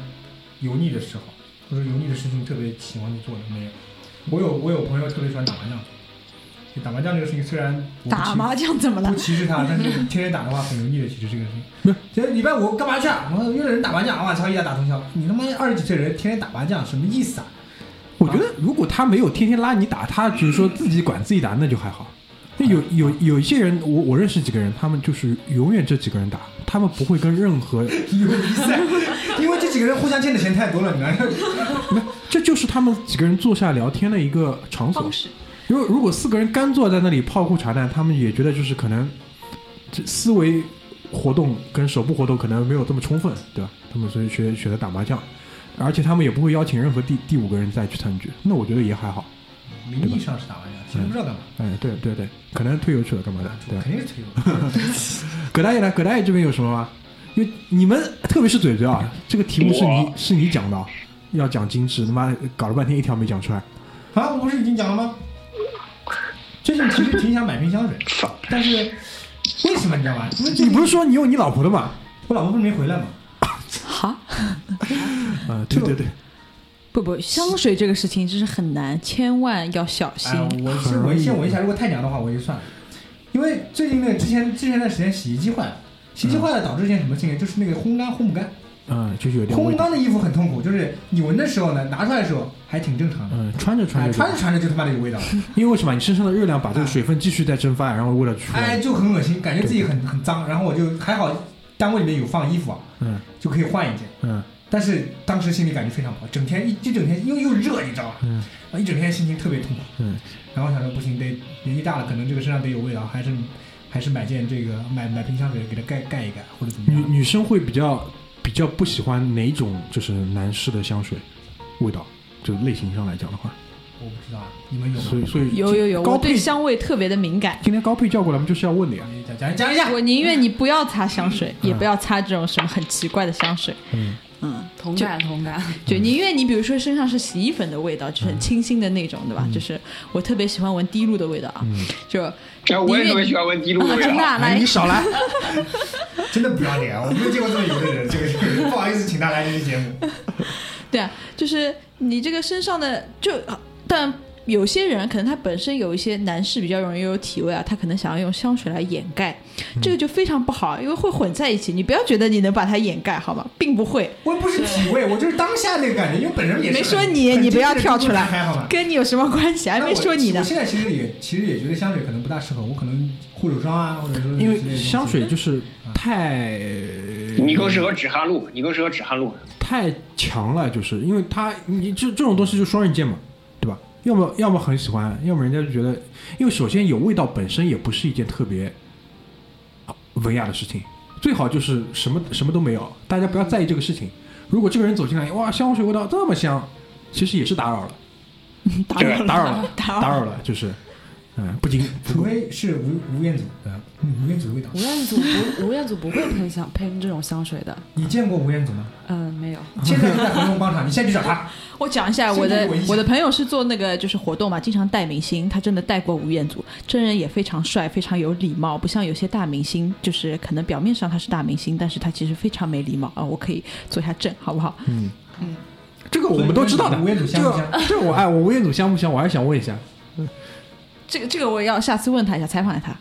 S4: 油腻的嗜好，或者油腻的事情特别喜欢去做的没有。我有我有朋友特别喜欢打麻将，就打麻将这个事情虽然我不
S3: 打
S4: 清
S3: 麻将怎么了
S4: 不？歧视他，但是天天打的话很油腻的。其实这个事
S1: 不
S4: 情，就是礼拜五干嘛去啊？我约了人打麻将，我操，一打打通宵。你他妈二十几岁人天天打麻将，什么意思啊？
S1: 我觉得如果他没有天天拉你打，他就是说自己管自己打，那就还好。那有有有一些人，我我认识几个人，他们就是永远这几个人打，他们不会跟任何
S4: 友谊赛，啊因为这几个人互相欠的钱太多了，你知道吗？
S1: 没，这就是他们几个人坐下聊天的一个场所。因为如果四个人干坐在那里泡裤茶蛋，他们也觉得就是可能这思维活动跟手部活动可能没有这么充分，对吧？他们所以选选择打麻将。而且他们也不会邀请任何第第五个人再去参与，那我觉得也还好。
S4: 名义上是打完架，其实不知道干嘛，
S1: 哎，对对对，可能退游去了干嘛的？对，
S4: 肯定是推油。
S1: 葛大爷呢？葛大爷这边有什么吗？因为你们，特别是嘴嘴啊，这个题目是你
S5: 我
S1: 是你讲的啊，要讲精致，他妈搞了半天一条没讲出来。
S4: 啊，我不是已经讲了吗？最近其实挺想买瓶香水，但是为什么你知道吗？因为最
S1: 你
S4: 近
S1: 不是说你有你老婆的吗？
S4: 我老婆不是没回来吗？
S3: 哈，
S1: 啊，对对对，
S3: 不不，香水这个事情真是很难，千万要小心。
S4: 哎，我先
S1: 容
S4: 闻
S1: 易
S4: 先闻一下，如果太娘的话我就算了。因为最近那个之前之前段时间洗衣机坏了，洗衣机坏了导致一件什么事情？就是那个烘干烘不干，
S1: 嗯，就是有点
S4: 烘
S1: 味
S4: 不
S1: 道。
S4: 干的衣服很痛苦，就是你闻的时候呢，拿出来的时候还挺正常的，
S1: 嗯，穿着穿
S4: 哎，
S1: 着就，
S4: 穿着穿着就他妈的有味道了，
S1: 因为为什么？你身上的热量把这个水分继续再蒸发，然后味道就出来
S4: 哎，
S1: 了。
S4: 就很恶心，感觉自己很很脏。然后我就还好，单位里面有放衣服啊，
S1: 嗯
S4: 就可以换一件。
S1: 嗯
S4: 但是当时心里感觉非常不好，整天一一整天又又热，你知道吧？
S1: 嗯
S4: 啊，一整天心情特别痛苦。
S1: 嗯，
S4: 然后我想说不行，得年纪大了，可能这个身上得有味道，还是还是买件这个买买瓶香水给它盖盖一盖，或者怎么
S1: 女
S4: 样？
S1: 女生会比较比较不喜欢哪种就是男士的香水味道，就类型上来讲的话，
S4: 我不知道，你们有
S1: 所
S4: 吗？
S1: 以所以
S3: 有有有，
S1: 高
S3: 我对
S1: 配
S3: 香味特别的敏感。
S1: 今天高配叫过来，我们就是要问你啊。
S4: 你讲讲讲一下，
S3: 我宁愿你不要擦香水，
S1: 嗯
S3: 也不要擦这种什么很奇怪的香水。
S1: 嗯
S3: 嗯，
S6: 同
S3: 就
S6: 感同感。
S3: 就宁愿你比如说身上是洗衣粉的味道，就是很清新的那种，对吧？就是我特别喜欢闻滴露的味道啊，就啊
S5: 然后哎我也特别喜欢闻滴露的味
S3: 真的
S5: 道。哎
S3: 啊来
S1: 你少来，
S4: 真的不要脸，我没有见过这么油的人，这个人不好意思，请他来这个节目。
S3: 对啊，就是你这个身上的就，呃但有些人可能他本身有一些男士比较容易有体味啊，他可能想要用香水来掩盖，这
S4: 嗯
S3: 个就非常不好，因为会混在一起。你不要觉得你能把它掩盖好吗？并不会，
S4: 我也不是体味，我就是当下那个感觉，因为本人也是
S3: 没说
S4: 很
S3: 你
S4: 很
S3: 你不要
S4: 真实地
S3: 跳出来
S4: 还好吧？
S3: 跟你有什么关系？还
S4: 那
S3: 没
S4: 我
S3: 说你
S4: 我
S3: 呢。
S4: 现在其实也其实也觉得香水可能不大适合我，可能护手霜啊，或者说
S1: 因
S3: 嗯
S4: 之类的东
S1: 为
S4: 西
S1: 香水就是太
S5: 你更适合止汗露，你更适合止汗露。
S1: 太强了，就是因为它你这这种东西就双刃剑嘛，对吧？要么要么很喜欢，要么人家就觉得，因为首先有味道本身也不是一件特别啊文雅的事情，最好就是什么什么都没有，大家不要在意这个事情。如果这个人走进来，哇，香水味道这么香，其实也是打扰了，
S3: 打
S5: 扰
S1: 打扰 了，
S3: 打扰
S1: 打扰了，就是嗯，不仅
S4: 除非是吴吴彦祖的，嗯吴彦祖的味道。
S6: 吴彦祖不，吴彦祖不会喷 香喷这种香水的。
S4: 你见过吴彦祖吗？
S6: 嗯，没有。
S4: 现在就在恒隆广场，你现在去找他。
S3: 我讲一下我
S4: 甚
S3: 的
S4: 至危险
S3: 我的朋友是做那个就是活动嘛，经常带明星，他真的带过吴彦祖，真人也非常帅，非常有礼貌，不像有些大明星，就是可能表面上他是大明星，但是他其实非常没礼貌啊。我可以做一下证，好不好？
S1: 嗯，这 个我们都知道的。
S4: 吴彦祖
S1: 这
S4: 香不香
S1: 个？这个我哎爱我吴彦祖香不香？我还是想问一下，
S3: 这个这个我要下次问他一下，采访一下他。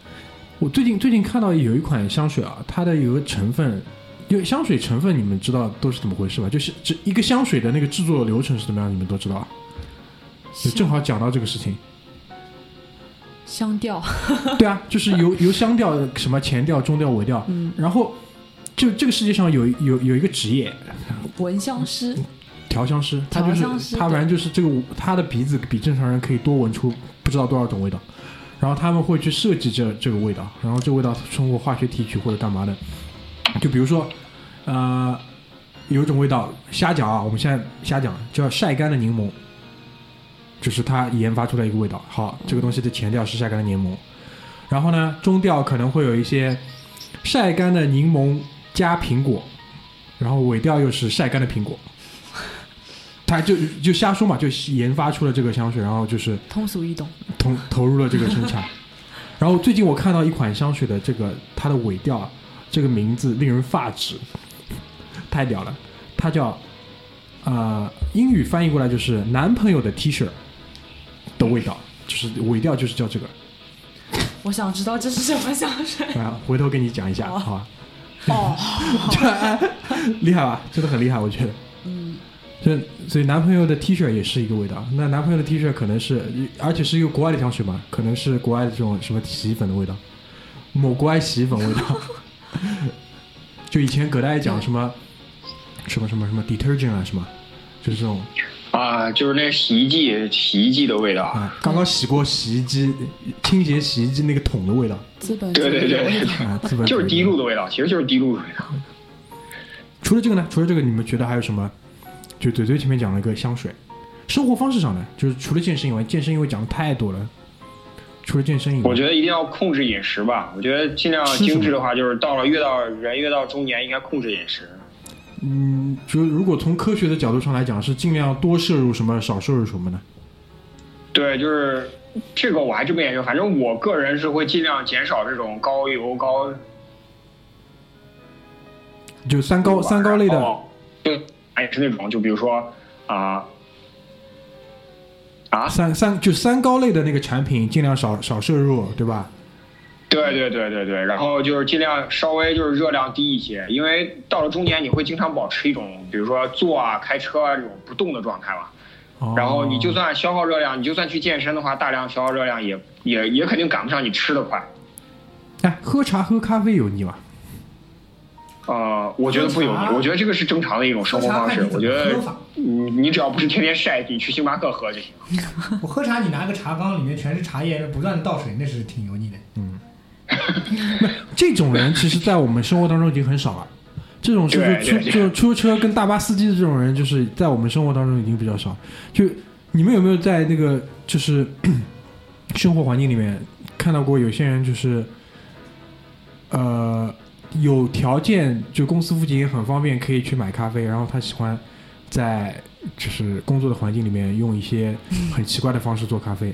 S1: 我最近最近看到有一款香水啊，它的有个成分，因为香水成分你们知道都是怎么回事吧？就是这一个香水的那个制作流程是怎么样，你们都知道啊。就正好讲到这个事情，
S6: 香调，
S1: 对啊，就是由由香调、什么前调、中调、尾调，
S6: 嗯，
S1: 然后就这个世界上有有有一个职业，
S6: 闻香师，
S1: 调香师，他
S6: 调
S1: 就是
S6: 香师
S1: 他，
S6: 对
S1: 反正就是这个他的鼻子比正常人可以多闻出不知道多少种味道，然后他们会去设计这这个味道，然后这个味道通过化学提取或者干嘛的，就比如说，呃，有一种味道，瞎讲啊，我们现在瞎讲，叫晒干的柠檬，就是他研发出来一个味道。好，这个东西的前调是晒干的柠檬，然后呢，中调可能会有一些晒干的柠檬加苹果，然后尾调又是晒干的苹果。他就就瞎说嘛，就研发出了这个香水，然后就是
S6: 通俗易懂。
S1: 投投入了这个生产。然后最近我看到一款香水的这个它的尾调，这个名字令人发指，太屌了！它叫呃英语翻译过来就是男朋友的 T 恤的味道，就是尾调就是叫这个。
S6: 我想知道这是什么香水。
S1: 啊，回头跟你讲一下，
S6: 好啊
S1: 好吧？
S6: 哦，
S1: 这哎厉害吧？真的很厉害，我觉得。
S6: 嗯，
S1: 这所以男朋友的 T 恤也是一个味道。那男朋友的 T 恤可能是，而且是一个国外的香水嘛，可能是国外的这种什么洗衣粉的味道，某国外洗衣粉味道。 就以前葛大爷讲什么什么什么什么 detergent 啊什么，就是这种
S5: 啊，就是那洗衣剂，洗衣剂的味道。
S1: 啊，刚刚洗过洗衣机清洁洗衣机那个桶的味道
S6: 资本
S5: 对对
S6: 主义
S5: 对
S6: 的味
S5: 对
S6: 道，
S1: 啊，资本主义
S5: 哎就是滴露的味道，其实就是滴露的味道。
S1: 除了这个呢？除了这个，你们觉得还有什么就嘴嘴前面讲了一个香水，生活方式上的，就是除了健身以外，健身因为讲的太多了，除了健身以外，
S5: 我觉得一定要控制饮食吧。我觉得尽量
S1: 吃什么
S5: 精致的话，就是到了越到人越到中年，应该控制饮食。
S1: 嗯，就是如果从科学的角度上来讲，是尽量多摄入什么，少摄入什么呢？
S5: 对，就是这个我还真没研究，反正我个人是会尽量减少这种高油高
S1: 就三高三高类
S5: 哦
S1: 的，，
S5: 对，也是那种，就比如说啊啊，
S1: 三三就三高类的那个产品尽量少少摄入，对吧？
S5: 对对对对对，然后就是尽量稍微就是热量低一些，因为到了中年你会经常保持一种，比如说坐啊、开车啊这种不动的状态嘛。
S1: 哦
S5: 然后你就算消耗热量，你就算去健身的话，大量消耗热量也也也肯定赶不上你吃的快。
S1: 哎，喝茶喝咖啡油腻吗？
S5: 呃，我觉得不油
S4: 喝
S5: 腻
S4: 茶，
S5: 我觉得这个是正常的一种生活方式我
S4: 喝茶看你。怎么
S5: 觉得
S4: 喝法
S5: 你你只要不是天天晒，你去星巴克喝就行。
S4: 我喝茶，你拿个茶缸，里面全是茶叶，不断的倒水，那是挺油腻的。
S1: 这种人其实，在我们生活当中已经很少了。这种就
S5: 对
S1: 是
S5: 对
S1: 出
S5: 对
S1: 就是出租车跟大巴司机的这种人，就是在我们生活当中已经比较少。就你们有没有在那个就是 生活环境里面看到过有些人就是，呃，有条件就公司附近也很方便，可以去买咖啡，然后他喜欢在就是工作的环境里面用一些很奇怪的方式做咖啡。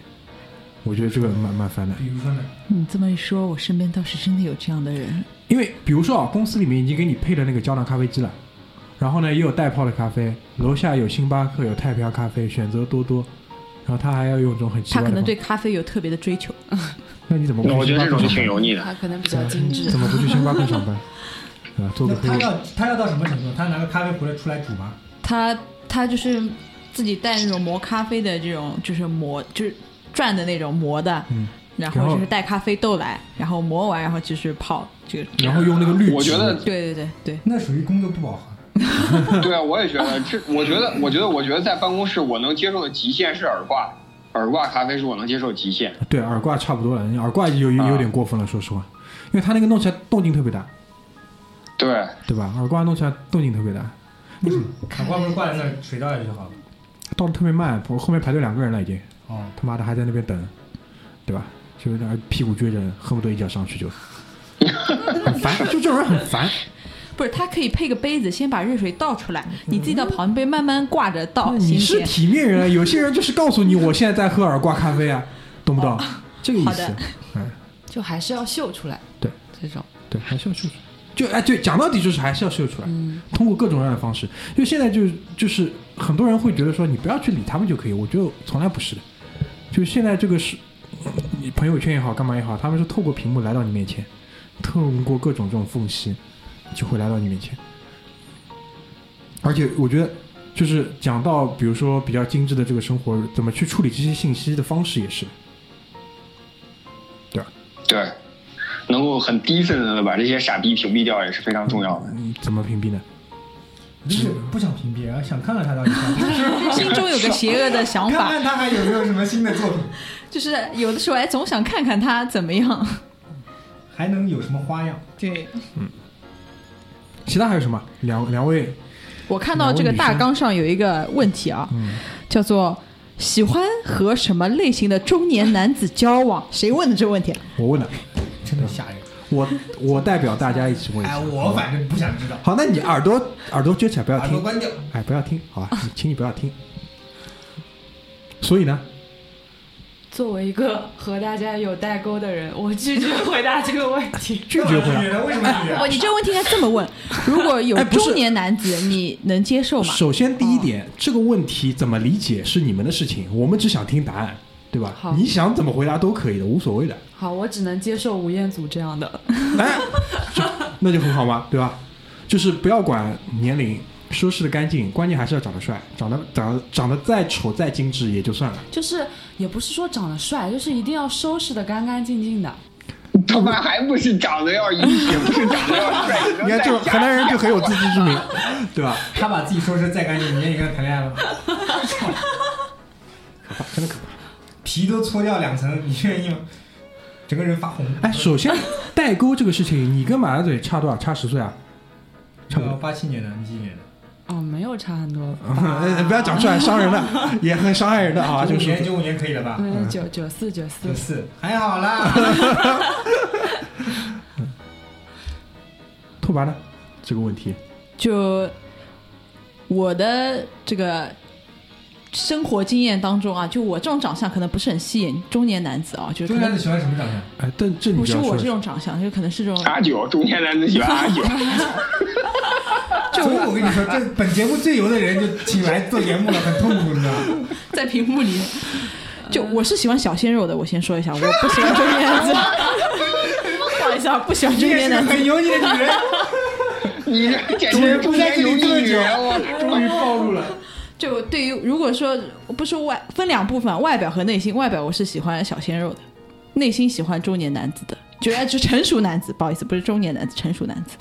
S1: 我觉得这个蛮蛮烦的。
S4: 比如说呢，
S3: 嗯
S2: 你这么一说，我身边倒是真的有这样的人。
S1: 因为比如说啊，公司里面已经给你配了那个胶囊咖啡机了，然后呢也有带泡的咖啡，楼下有星巴克有太平洋咖啡，选择多多。然后他还要用这种很奇
S3: 他
S1: 怪的方
S3: 可能
S1: 法，
S3: 对咖啡有特别的追求。
S1: 那你怎么不
S5: 那
S1: 去
S5: 我觉得这
S1: 星巴
S5: 种
S1: 克上
S5: 就挺
S1: 班
S5: 油腻 的。
S6: 他可能比较精致
S1: 怎。么不去星巴克 上班？啊，做
S4: 那
S1: 个黑
S4: 他要他要到什么程度？他拿个咖啡壶来出来煮吗？
S3: 他他就是自己带那种磨咖啡的这种，就是磨就是转的那种磨的，
S1: 嗯
S3: 然
S1: 然
S3: 后
S1: 后
S3: 就是带咖啡豆来，然后磨完然后就是泡，就
S1: 然后用那个绿植，
S5: 我觉得
S3: 对对对对，
S4: 那属于工作不饱和。
S5: 对啊，我也觉得这，我觉得，我觉得，我觉得在办公室我能接受的极限是耳挂，耳挂咖啡是我能接受的极限。
S1: 对耳挂差不多了，耳挂有有有点过
S3: 啊
S1: 分了，说实话，因为他那个弄起来动静特别大，
S5: 对，
S1: 对吧？耳挂弄起来动静特别大，
S4: 为什么？傻瓜不是挂在那儿水倒下去就好了？
S1: 到的特别慢，我后面排队两个人了已经，
S4: 哦，
S1: 他妈的还在那边等，对吧？就是那屁股撅着，恨不得一脚上去 就，很烦，就这种人很烦。
S3: 不是他可以配个杯子，先把热水倒出来，你自己到旁边慢慢挂着倒，行
S1: 你
S3: 不
S1: 是
S3: 行？
S1: 体面人啊，有些人就是告诉你我现在在喝耳挂咖啡啊，懂不懂？这个意
S3: 哦好
S1: 思
S3: 的，
S1: 嗯，
S6: 就还是要秀出来。
S1: 对，
S6: 这种
S1: 对，还是要秀出来。就哎，对，讲到底就是还是要秀出来，通过各种各样的方式。就现在就就是很多人会觉得说你不要去理他们就可以，我就从来不是的。就现在这个是，你朋友圈也好，干嘛也好，他们是透过屏幕来到你面前，透过各种这种缝隙，就会来到你面前。而且我觉得，就是讲到比如说比较精致的这个生活，怎么去处理这些信息的方式也是。
S5: 对，能够很 decent 的把这些傻逼屏蔽掉也是非常重要的。
S1: 嗯，怎么屏蔽呢？
S4: 就是不想屏蔽，然后想看看他到底 想看
S3: 心中有个邪恶的想法，
S4: 看他还有没有什么新的作品，
S3: 就是有的时候哎，总想看看他怎么样。
S4: 还能有什么花样？
S3: 对
S1: 其他还有什么？两两位
S3: 我看到这个大纲上有一个问题啊，
S1: 嗯
S3: 叫做喜欢和什么类型的中年男子交往？ 谁问的这个问题啊？
S1: 我问了，
S4: 真的吓人！
S1: 我我代表大家一起问一下。
S4: 哎，我反正不想知道，
S1: 好，那你耳朵耳朵撅起来，不要
S4: 耳朵
S1: 听，
S4: 关掉。
S1: 哎，不要听，好吧， 你请你不要听。所以呢，。
S6: 作为一个和大家有代沟的人，我拒绝回答这个问题
S1: 拒绝回
S4: 那我是
S1: 答。
S4: 女人为什么拒绝啊
S3: 哦，你这个问题应该这么 问：如果有
S1: 哎不是
S3: 中年男子，你能接受吗？
S1: 首先第一
S4: 哦
S1: 点，这个问题怎么理解是你们的事情，我们只想听答案，对吧
S6: 好？
S1: 你想怎么回答都可以的，无所 谓的。
S6: 好，我只能接受吴彦祖这样的。
S1: 哎，就那就很好嘛，对吧？就是不要管年龄，收拾的干净，关键还是要长得帅，长得长得长得再丑再精致也就算了。
S6: 就是也不是说长得帅，就是一定要收拾的干干净净的。
S5: 他妈还不是长得要一体，不是长得要帅。
S1: 你看，就河南人就很有自知之明，对吧？
S4: 他把自己收拾得再干净，你愿意跟他谈恋爱 吗？
S1: 真的可怕。
S4: 皮都搓掉两层，你愿意吗？整个人发红。
S1: 哎，首先代沟这个事情，你跟马大嘴差多少？差十岁啊？差不多
S4: 八七年的，你几年的？
S6: 哦，没有差很 多
S1: 呃 不要讲出来，伤人的，也很伤害人的啊，
S4: 九
S1: 就
S4: 五
S1: 是
S4: 年九五年可以了吧？
S6: 嗯，九九四九四
S4: 九，四还好 啦。
S1: 拓跋呢这个问题，
S3: 就我的这个生活经验当中啊，就我这种长相可能不是很吸引中年男子啊，就是
S4: 中
S3: 可
S4: 男
S3: 能
S4: 子喜欢什么长相？
S1: 哎，但这你
S3: 不
S1: 就是啊要
S3: 我
S1: 说
S3: 这种长相，就可能是这种
S5: 阿九，中年男子喜欢阿 九，
S4: 所以我跟你说，这本节目最油的人就请来做节目了，很痛苦，你知道 吗？
S3: 在屏幕里。就我是喜欢小鲜肉的，我先说一下，我不喜欢中年男 子。不好意思啊，不喜欢
S4: 你
S3: 中
S4: 也
S3: 年
S4: 是个
S3: 男子。
S4: 很油腻的 女人，
S5: 你这简直是中年油腻女人，我
S4: 终于暴露了。
S3: 就对于如果说不是外分两部分，外表和内心。外表我是喜欢小鲜肉的，内心喜欢中年男子的，觉得就成熟男子。不好意思，不是中年男子，成熟男子。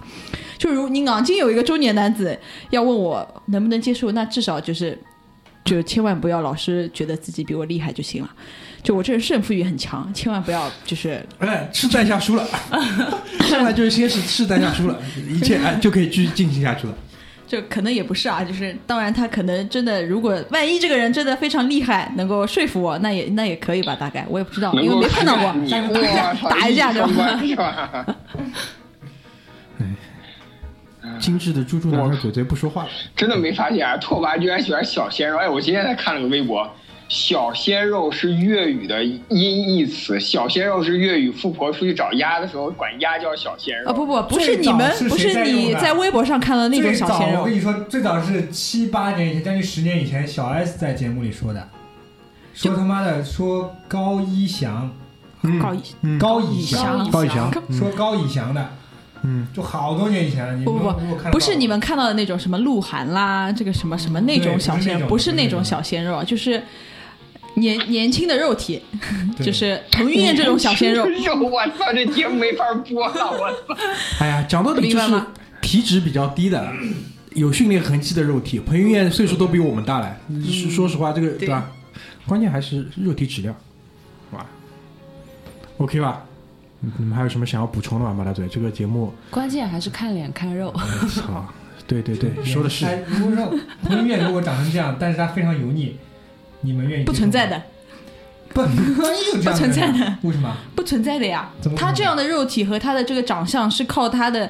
S3: 就如你硬劲有一个中年男子要问我能不能接受，那至少就是就千万不要老是觉得自己比我厉害就行了。就我这人胜负欲很强，千万不要就是
S1: 哎，是在下 输了，上来就是先是是在下输了，一切哎就可以继续进行下去了。
S3: 就可能也不是啊，就是当然他可能真的，如果万一这个人真的非常厉害，能够说服我，那也那也可以吧，大概我也不知道，
S5: 能
S3: 因为
S5: 够
S3: 没碰到过。
S5: 你我 操
S3: 打一架就
S5: 一关是吧？
S1: 精致的猪猪男孩嘴嘴不说话了，
S5: 真的没发现啊，拓跋居然喜欢小鲜肉。哎，我今天才看了个微博，小鲜肉是粤语的音译词，小鲜肉是粤语富婆出去找鸭的时候管鸭叫小鲜肉。。
S3: 啊不不不是你们
S4: 最早是谁
S3: 不
S4: 在用
S3: 你
S4: 的
S3: 在微博上看到那种
S4: 最
S3: 小
S4: 早
S3: 鲜
S4: 我
S3: 肉
S4: 跟，你说，最早是七八年以前，将近十年以前，小 S 在节目里说的，说他妈的说高一翔，
S3: 搞一
S1: 嗯
S4: 高以
S6: 高
S4: 翔，
S1: 高以翔，
S4: 说高以翔的，
S1: 嗯，
S4: 就好多年以前了。你
S3: 不不
S4: 没有看到
S3: 不是你们看到的那种什么鹿晗啦，这个什么什么那
S4: 对
S3: 种
S4: 不是
S3: 小鲜
S4: 那
S3: 肉，
S4: 种
S3: 不是
S4: 不是
S3: 那
S4: 那
S3: 种
S4: 种
S3: 小鲜肉，就是年年轻的肉体，
S4: 对
S3: 就是彭于晏这种小鲜 肉
S5: 肉，我操，这节目没法播了，我操！
S1: 哎呀，讲到底就
S3: 明白
S1: 是
S3: 吗
S1: 体脂比较低的，有训练痕迹的肉体，彭于晏岁数都比我们大嘞。
S3: 嗯
S1: 说说实话，这个对吧？关键还是肉体质量，哇，OK 吧？你你们还有什么想要补充的吗？马大嘴，这个节目，
S6: 关键还是看脸看肉。
S1: 操， 对对对，说的是
S4: 哎，如果说彭于晏如果长成这样，但是他非常油腻，你们愿意？
S3: 不存在，的，
S4: 不，万一有这样
S3: 不存在
S4: 的人
S3: 的，
S4: 为什么？
S3: 不存在的呀
S4: 怎么。
S3: 他这样的肉体和他的这个长相是靠他的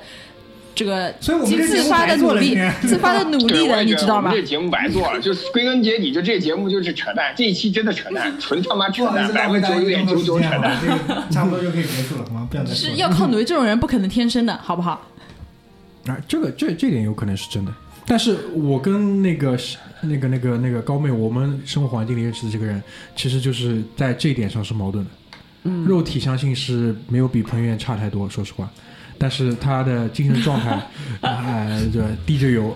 S3: 这个
S4: 所以我们这
S3: 自
S4: 节目
S3: 发的
S4: 白
S3: 努
S4: 做了
S3: 力
S4: 今天，
S3: 自发的努
S5: 对，
S3: 力
S5: 我
S3: 的，
S5: 也
S3: 你
S5: 觉得
S3: 知道
S5: 我们
S3: 吗
S5: 这？节目白做了，就是归根结底，就这节目就是扯淡，这一期真的扯淡，纯他妈扯
S4: 不好意
S5: 淡，
S4: 思，
S5: 百
S4: 浪费
S5: 分之
S4: 大
S5: 九十九
S4: 家一
S5: 点
S4: 分
S5: 九
S4: 钟的时
S5: 九扯
S4: 间啊
S5: 淡。
S4: 了，这个差不多就可以结束了，好吗？不要再说
S3: 是
S4: 了。
S3: 要靠努力，这种人不可能天生的，好不 好？
S1: 啊，这个这这点有可能是真的，但是我跟那个是那个那个那个高妹，我们生活环境里认识的这个人，其实就是在这一点上是矛盾的。嗯，肉体相信是没有比彭于晏差太多，说实话，但是他的精神状态，哎，对吧，低着油，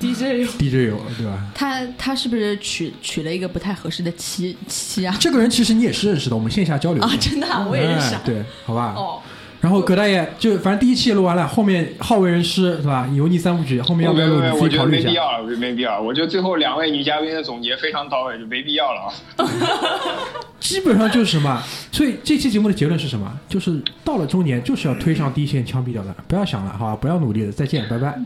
S6: DJ
S1: 低着油，对吧？
S3: 他他是不是娶娶了一个不太合适的妻妻啊？
S1: 这个人其实你也是认识的，我们线下交流
S3: 啊
S1: 过，
S3: 真的
S4: 嗯
S3: 啊我也认识啊
S1: 哎对，好吧。
S3: 哦，
S1: 然后葛大爷就反正第一期也录完了，后面好为人师是吧？油腻三部曲，后面要不
S5: 哦没
S1: 要
S5: 有
S1: 录
S5: 没有，
S1: 你
S5: 我
S1: 自己
S5: 觉
S1: 考
S5: 得
S1: 虑一
S5: 没
S1: 下
S5: 必。要了，没没必要了。我觉得最后两位女嘉宾的总结非常到位，就没必要了。啊
S1: 基本上就是什么，所以这期节目的结论是什么？就是到了中年，就是要推上第一线枪毙掉的，不要想了，好吧，不要努力了，再见，拜拜。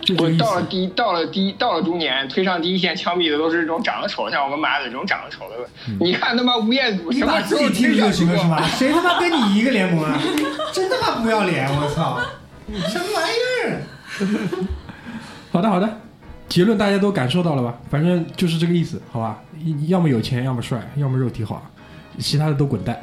S1: 就这
S5: 我
S1: 个意思
S5: 到了第一到了第一到了中年，推上第一线枪毙的都是这种长得丑，像我跟马仔这种长得丑的。你看他妈吴彦祖
S4: 嗯你
S5: 什
S4: 把
S5: 么
S4: 自
S5: 时
S4: 己
S5: 候
S4: 听
S5: 推
S4: 着
S5: 上
S4: 就行了是
S5: 过？
S4: 吧？谁他妈跟你一个联盟啊？真他妈不要脸！我操，什么玩意儿？
S1: 好的，好的，结论大家都感受到了吧？反正就是这个意思，好吧？一要么有钱，要么帅，要么肉体好，其他的都滚蛋。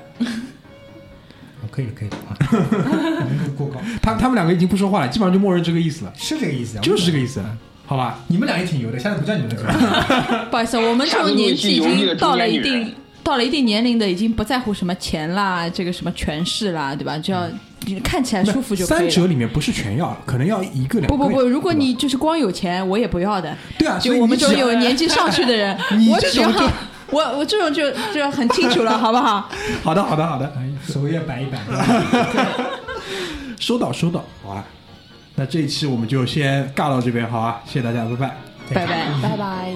S4: 我可以了，可以了 啊！能过高
S1: 他他们两个已经不说话了，基本上就默认这个意思了，
S4: 是这个意思啊，
S1: 就是这个意思，好吧？
S4: 你们俩也挺油的，下次不叫你们了。
S3: 不好意思，我们这种年纪已经到了一定到了一定年龄的，已经不在乎什么钱啦，这个什么权势啦，对吧？只要
S4: 嗯
S3: 你看起来舒服就可
S1: 三
S3: 以了。
S1: 者里面不是全要，可能要一个两个。
S3: 不不不，如果
S1: 对吧
S3: 你就是光有钱，我也不要的。
S1: 对啊，所
S3: 就
S1: 以
S3: 我们
S1: 你
S3: 这种
S1: 想
S3: 有年纪上去的人
S1: 你，
S3: 我
S1: 这
S3: 只
S1: 种
S3: 要
S1: 就
S3: 我我这种就就很清楚了，好 不好？
S1: 好的好的好的，
S4: 首页摆一摆，
S1: 收到收到，好啊。那这一期我们就先尬到这边，好啊，谢谢大家，拜拜。
S4: 再
S3: 拜
S4: 见
S3: 拜。
S6: 拜拜。